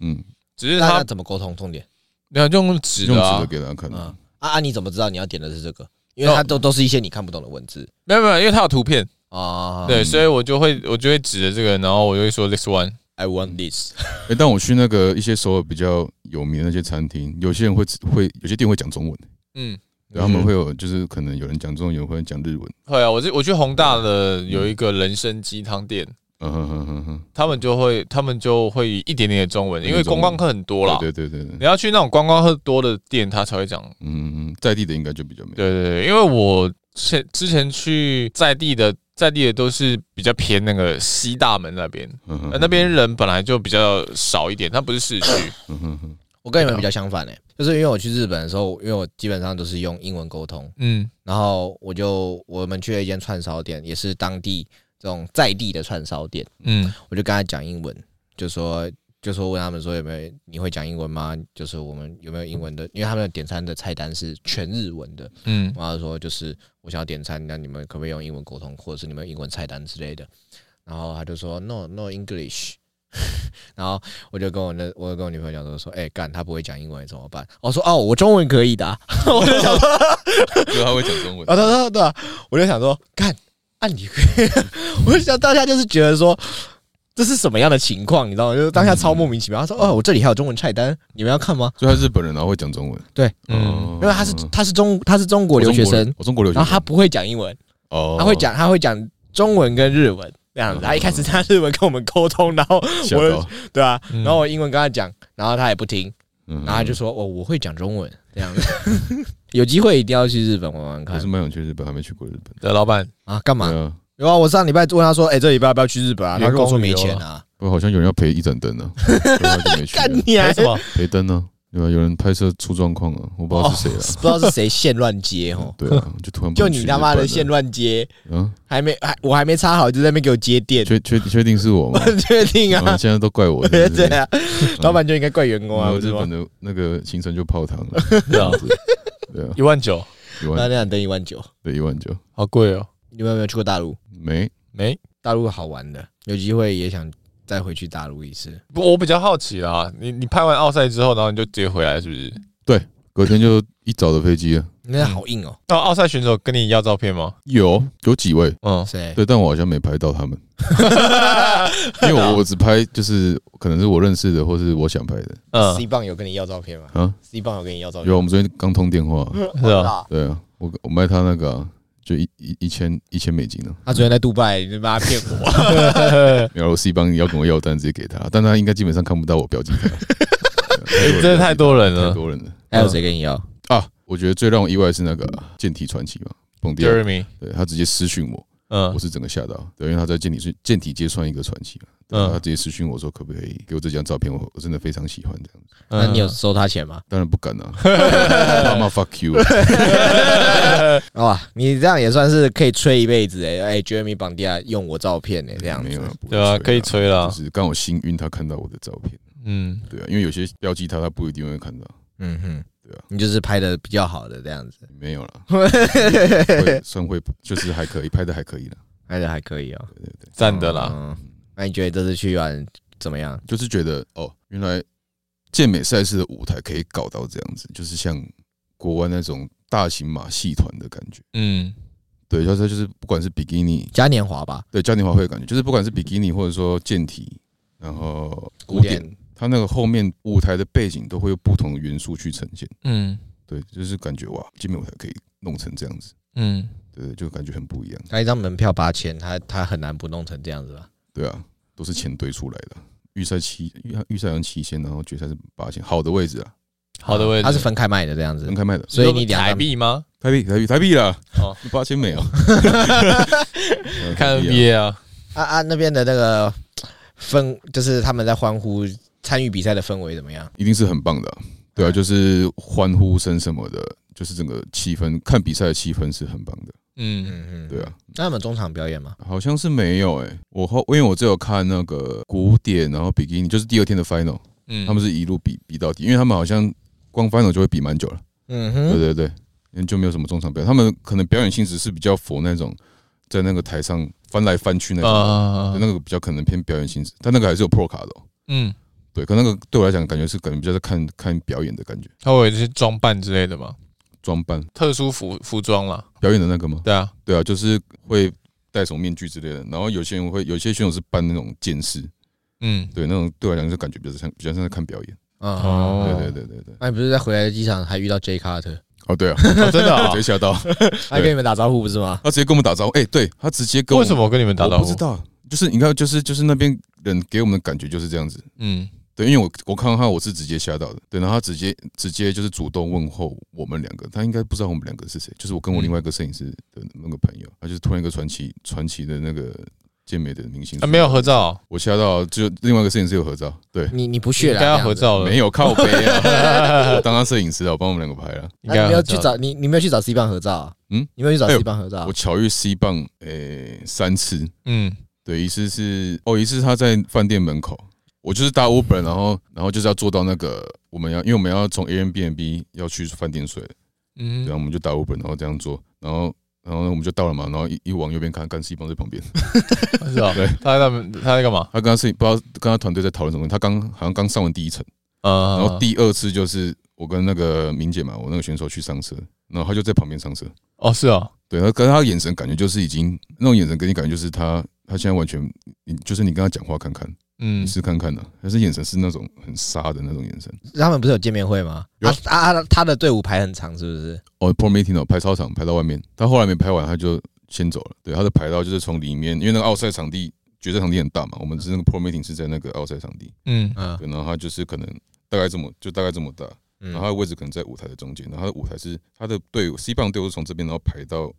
嗯，只是那那它怎么沟通？重点没有用指用的纸的啊，给大家看。啊啊啊！你怎么知道你要点的是这个？因为它哦都都是一些你看不懂的文字没有没有，因为它有图片，啊。嗯对，所以我就会我就会指着这个，然后我就会说 this one， ，I want this。哎，但我去那个一些首尔比较有名的那些餐厅，有些人会会有些店会讲中文，嗯，对，他们会有就是可能有人讲中文，有人会讲日文。会啊，我这我去宏大的有一个人参鸡汤店，嗯哼哼哼哼，他们就会他们就会一点点的中文，因为观光客很多啦。对对对对你对，要去那种观光客多的店，他才会讲。嗯，嗯在地的应该就比较没有。对对对，因为我前之前去在地的在地的都是比较偏那个西大门那边，嗯哼呃那边人本来就比较少一点，它不是市区。嗯哼哼， <laughs> 我跟你们比较相反诶、欸就是因为我去日本的时候，因为我基本上都是用英文沟通， <coughs> 嗯然后我就我们去了一间串烧店，也是当地这种在地的串烧店，嗯我就跟他讲英文，就说就说问他们说有没有你会讲英文吗？就是我们有没有英文的，因为他们的点餐的菜单是全日文的，嗯然后说就是我想要点餐，那你们可不可以用英文沟通，或者是你们有英文菜单之类的？然后他就说 No No English，然后我就跟我那我就跟我女朋友讲说说哎干他不会讲英文怎么办？我说哦我中文可以的、啊，我就想说就他会讲中文啊，对对对啊，我就想说，干，啊你， <laughs> 我就想当下就是觉得说，这是什么样的情况，你知道吗？就是当下超莫名其妙。他说，哦，我这里还有中文菜单，你们要看吗？所以他是日本人，然后会讲中文。对，嗯哦因为他是他是中他是中国留学生，，我中国留学然生，后他不会讲英文，哦他会讲他会讲中文跟日文这嗯样子。他一开始他日文跟我们沟通，然后 <laughs> 吓我到，对啊，嗯然后我英文跟他讲，然后他也不听，然然后他就说，哦，我会讲中文这样子。 <laughs> 有机会一定要去日本玩玩我看是蛮想去日本，还没去过日本。的老板，啊！干嘛？对啊，有啊，我上礼拜问他说：“哎、这礼拜要不要去日本啊？”他员跟工我说旅没游啊钱啊。不过好像有人要赔一盏灯呢，对啊就没去啊干你啊！什么？赔灯呢？对吧？有人拍摄出状况了，我不知道是谁了。 <laughs> 不知道是谁线乱接嗯哦，对啊，就突然不就能去你他妈的线日乱接，本了啊！还没还我还没插好就在那边给我接电，确确确定是我吗？嗯确定啊啊？现在都怪我，是不 <laughs> 对是啊，老板就应该怪员工然嗯啊，后不是日吗本？的那个行程就泡汤了，对啊，对啊，一万九，一那万那样等一万九，对一万九好贵哦。你们有没有去过大陆？没没，大陆好玩的，有机会也想再回去大陆一次。不，我比较好奇啦。你你拍完奥赛之后，然后你就直接回来，是不是？隔天就一早的飞机啊，那好硬哦，那奥赛选手跟你要照片吗？有有几位嗯，谁？对，但我好像没拍到他们，因为我我只拍就是可能是我认识的或是我想拍的嗯 C 棒有跟你要照片吗啊。 ？C 棒有跟你要照片有，吗？我们昨天刚通电话、 <laughs> 是啊，对啊，我我卖他那个啊、就一一一千一千美金啊。他昨天在杜拜，你把他骗我。然后 C 帮要跟我要单，直接给他，但他应该基本上看不到我标记他。对啊真的太多人太了。多人了 <laughs> 还有谁跟你要？啊！我觉得最让我意外的是那个啊健体传奇嘛，蹦迪， Jeremy，对他直接私讯我，嗯我是整个吓到，对，因为他在健体是健体街算一个传奇嘛，对嗯他直接私讯我说可不可以给我这张照片，我我真的非常喜欢这样。嗯那你有收他钱吗？当然不敢啊，妈妈 fuck you，哇，你这样也算是可以吹一辈子哎、欸！哎、j e r e m y 绑架用我照片哎、欸，这样没子有啊，不 <laughs> 会对啊，吹可以吹了就。是刚好幸运他看到我的照片，嗯，对啊，因为有些标记他他不一定会看到，嗯哼，对啊，你就是拍的比较好的这样子，没有啦，会算会就是还可以拍的还可以了，拍的还可以哦、对对对，赞的啦。嗯，那你觉得这次去玩怎么样？就是觉得哦，原来健美赛事的舞台可以搞到这样子，就是像国外那种大型马戏团的感觉，嗯，对，就是就是不管是比基尼，嘉年华吧，对嘉年华会的感觉，就是不管是比基尼或者说健体，然后古典，它那个后面舞台的背景都会有不同的元素去呈现。嗯对，就是感觉哇，金面舞台可以弄成这样子，嗯，对，就感觉很不一样。那一张门票八千，他他很难不弄成这样子吧？对啊，都是钱堆出来的。预赛七预预赛好像七千，然后决赛是八千，好的位置啊，好的位置他是分开卖的这样子分，开卖的，所以你两台张币吗？台币台币台币啦哦，八 <laughs> 千没有，看台币啊 NBA 啊，啊啊那边的那个氛，就是他们在欢呼参与比赛的氛围怎么样？一定是很棒的啊、对哎啊，嗯就是欢呼声什么的，就是整个气氛，看比赛的气氛是很棒的，嗯，嗯嗯，对啊，那他们中场表演吗？好像是没有诶、我后因为我只有看那个古典，然后比基尼，就是第二天的 final，嗯他们是一路比比到底，因为他们好像光 final 就会比蛮久了，嗯对哼，对对，因为就没有什么中场表演，他们可能表演性质是比较佛那种，在那个台上翻来翻去那种，啊对，那个比较可能偏表演性质，但那个还是有 pro 卡的、哦，嗯，对，可那个对我来讲感觉是感觉比较在看看表演的感觉，他会有一些装扮之类的嘛，装扮特殊服服装啦，表演的那个吗？对啊，对啊，就是会戴什么面具之类的。然后有些人会，有些选手是扮那种剑士，嗯，对，那种对我来讲是感觉比较像，比较像在看表演。哦，哦嗯对对对对对。那你不是在回来的机场还遇到 J Carter，哦，对啊，哦真的啊直接吓到，他跟你们打招呼不是吗？他直接跟我们打招呼。哎，对他直接跟我 <laughs> 为什么我跟你们打我招不知呼？道，就是你看，就是就是那边人给我们的感觉就是这样子。嗯，对，因为我我看到他，我是直接吓到的。对，然后他直接直接就是主动问候我们两个，他应该不知道我们两个是谁，就是我跟我另外一个摄影师的那个朋友，他就是突然一个传奇传奇的那个健美的明星啊，没有合照，我吓到，就另外一个摄影师有合照，对，你你不去应了，该要合照了，没有靠背 <laughs> 啊，我当他摄影师啊，我帮我们两个拍了。应这该合样子，那你没有照去找你你没有去找 C 棒合照啊？嗯，你没有去找哎呦 C 棒合照啊我？巧遇 C 棒诶、三次，嗯对，一次是哦，一次他在饭店门口，我就是搭 Uber，然后然后就是要坐到那个我们要，因为我们要从 Airbnb 要去饭店睡，嗯然后我们就搭 Uber，然后这样坐，然后然后我们就到了嘛，然后一一往右边看，看 C 棒在旁边， <laughs> 是啊对，他在他在干嘛？他刚刚是不知道跟他团队在讨论什么，他刚好像刚上完第一层。啊，然后第二次就是我跟那个明姐嘛，我那个选手去上车，然后他就在旁边上车。哦是啊，对，他跟他的眼神感觉就是已经那种眼神给你感觉就是他他现在完全你就是你跟他讲话看看，嗯你，试看看呢、啊，但是眼神是那种很杀的那种眼神。他们不是有见面会吗？有啊啊，啊他的队伍排很长，是不是？哦，pro meeting 哦，排操场排到外面，他后来没排完他就先走了。对，他的排到就是从里面，因为那个奥赛场地决赛场地很大嘛，我们是那个 pro meeting 是在那个奥赛场地，嗯嗯对，然后他就是可能大概这么就大概这么大，嗯然后他的位置可能在舞台的中间，然后他的舞台是他的队伍 C 棒队伍是从这边，然后排到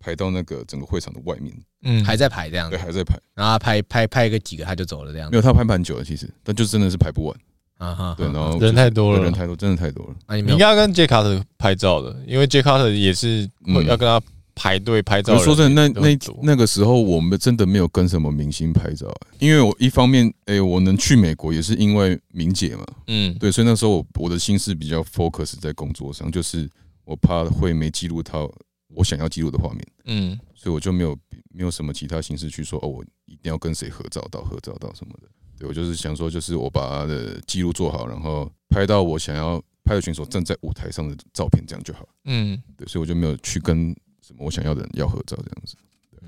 排到那个整个会场的外面，嗯，还在排这样子对，，还在排，然后他拍拍拍个几个他就走了这样没子。有他排蛮久了，其实，但就真的是排不完，啊哈，对，然后就是人太多对了人。太多，真的太多了，啊你你没应有该要跟 J 卡特拍照的，因为 J 卡特也是会嗯要跟他排队拍照可的是人。说真的，都那很那多那个时候我们真的没有跟什么明星拍照、因为我一方面，哎、我能去美国也是因为明姐嘛，嗯对，所以那时候我我的心思比较 focus 在工作上，就是我怕会没记录到我想要记录的画面。嗯，所以我就没有没有什么其他形式去说哦，我一定要跟谁合照到合照到什么的。对我就是想说，就是我把他的记录做好，然后拍到我想要拍的选手站在舞台上的照片，这样就好了。嗯，对，所以我就没有去跟什么我想要的人要合照这样子。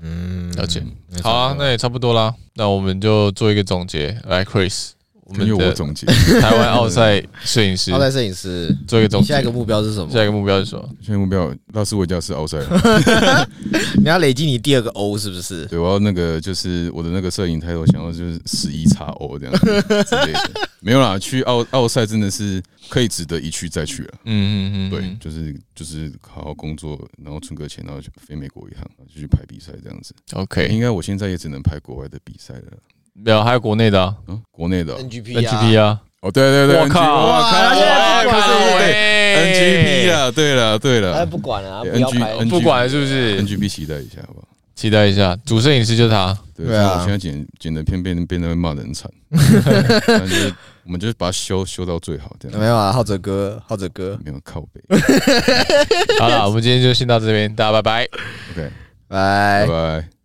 嗯了解。没错好啊，没错那也差不多啦。那我们就做一个总结，来，Chris，我没们有我的 <laughs> 总结，台湾奥赛摄影 <laughs> 师奥赛摄影师，做一个总你结。下一个目标是什么？下一个目标是什么？现在目标拉斯维加斯奥赛了。你要累积你第二个 O 是不是？对，我要那个就是我的那个摄影抬头，想要就是十一叉 O 这样子之类的。没有啦，去奥奥赛真的是可以值得一去再去了。嗯嗯嗯，对，就是就是好好工作，然后存个钱，然后就飞美国一趟，然后就去排比赛这样子。 ，OK。应该我现在也只能排国外的比赛了，没有，还有国内的啊嗯，国内的哦 NGP 啊 NGP 啊，哦，对对对，我靠，哎我哇他现在靠，不我管是靠对，NGP 喂啊，对了对哎，了不管了啊，对不要 NG 拍 NG 不管了是不是？ ，NGP 期待一下好不好？期待一下，主摄影师就是他。对，对所啊以我现在剪剪的片被被那边骂的很 <laughs> 惨，但是我们就是把它修修到最好这没样。有啊，浩哲哥，浩哲哥，没有靠 <laughs> 背好了，我们今天就先到这边，大家拜拜。 ，OK，拜拜。拜。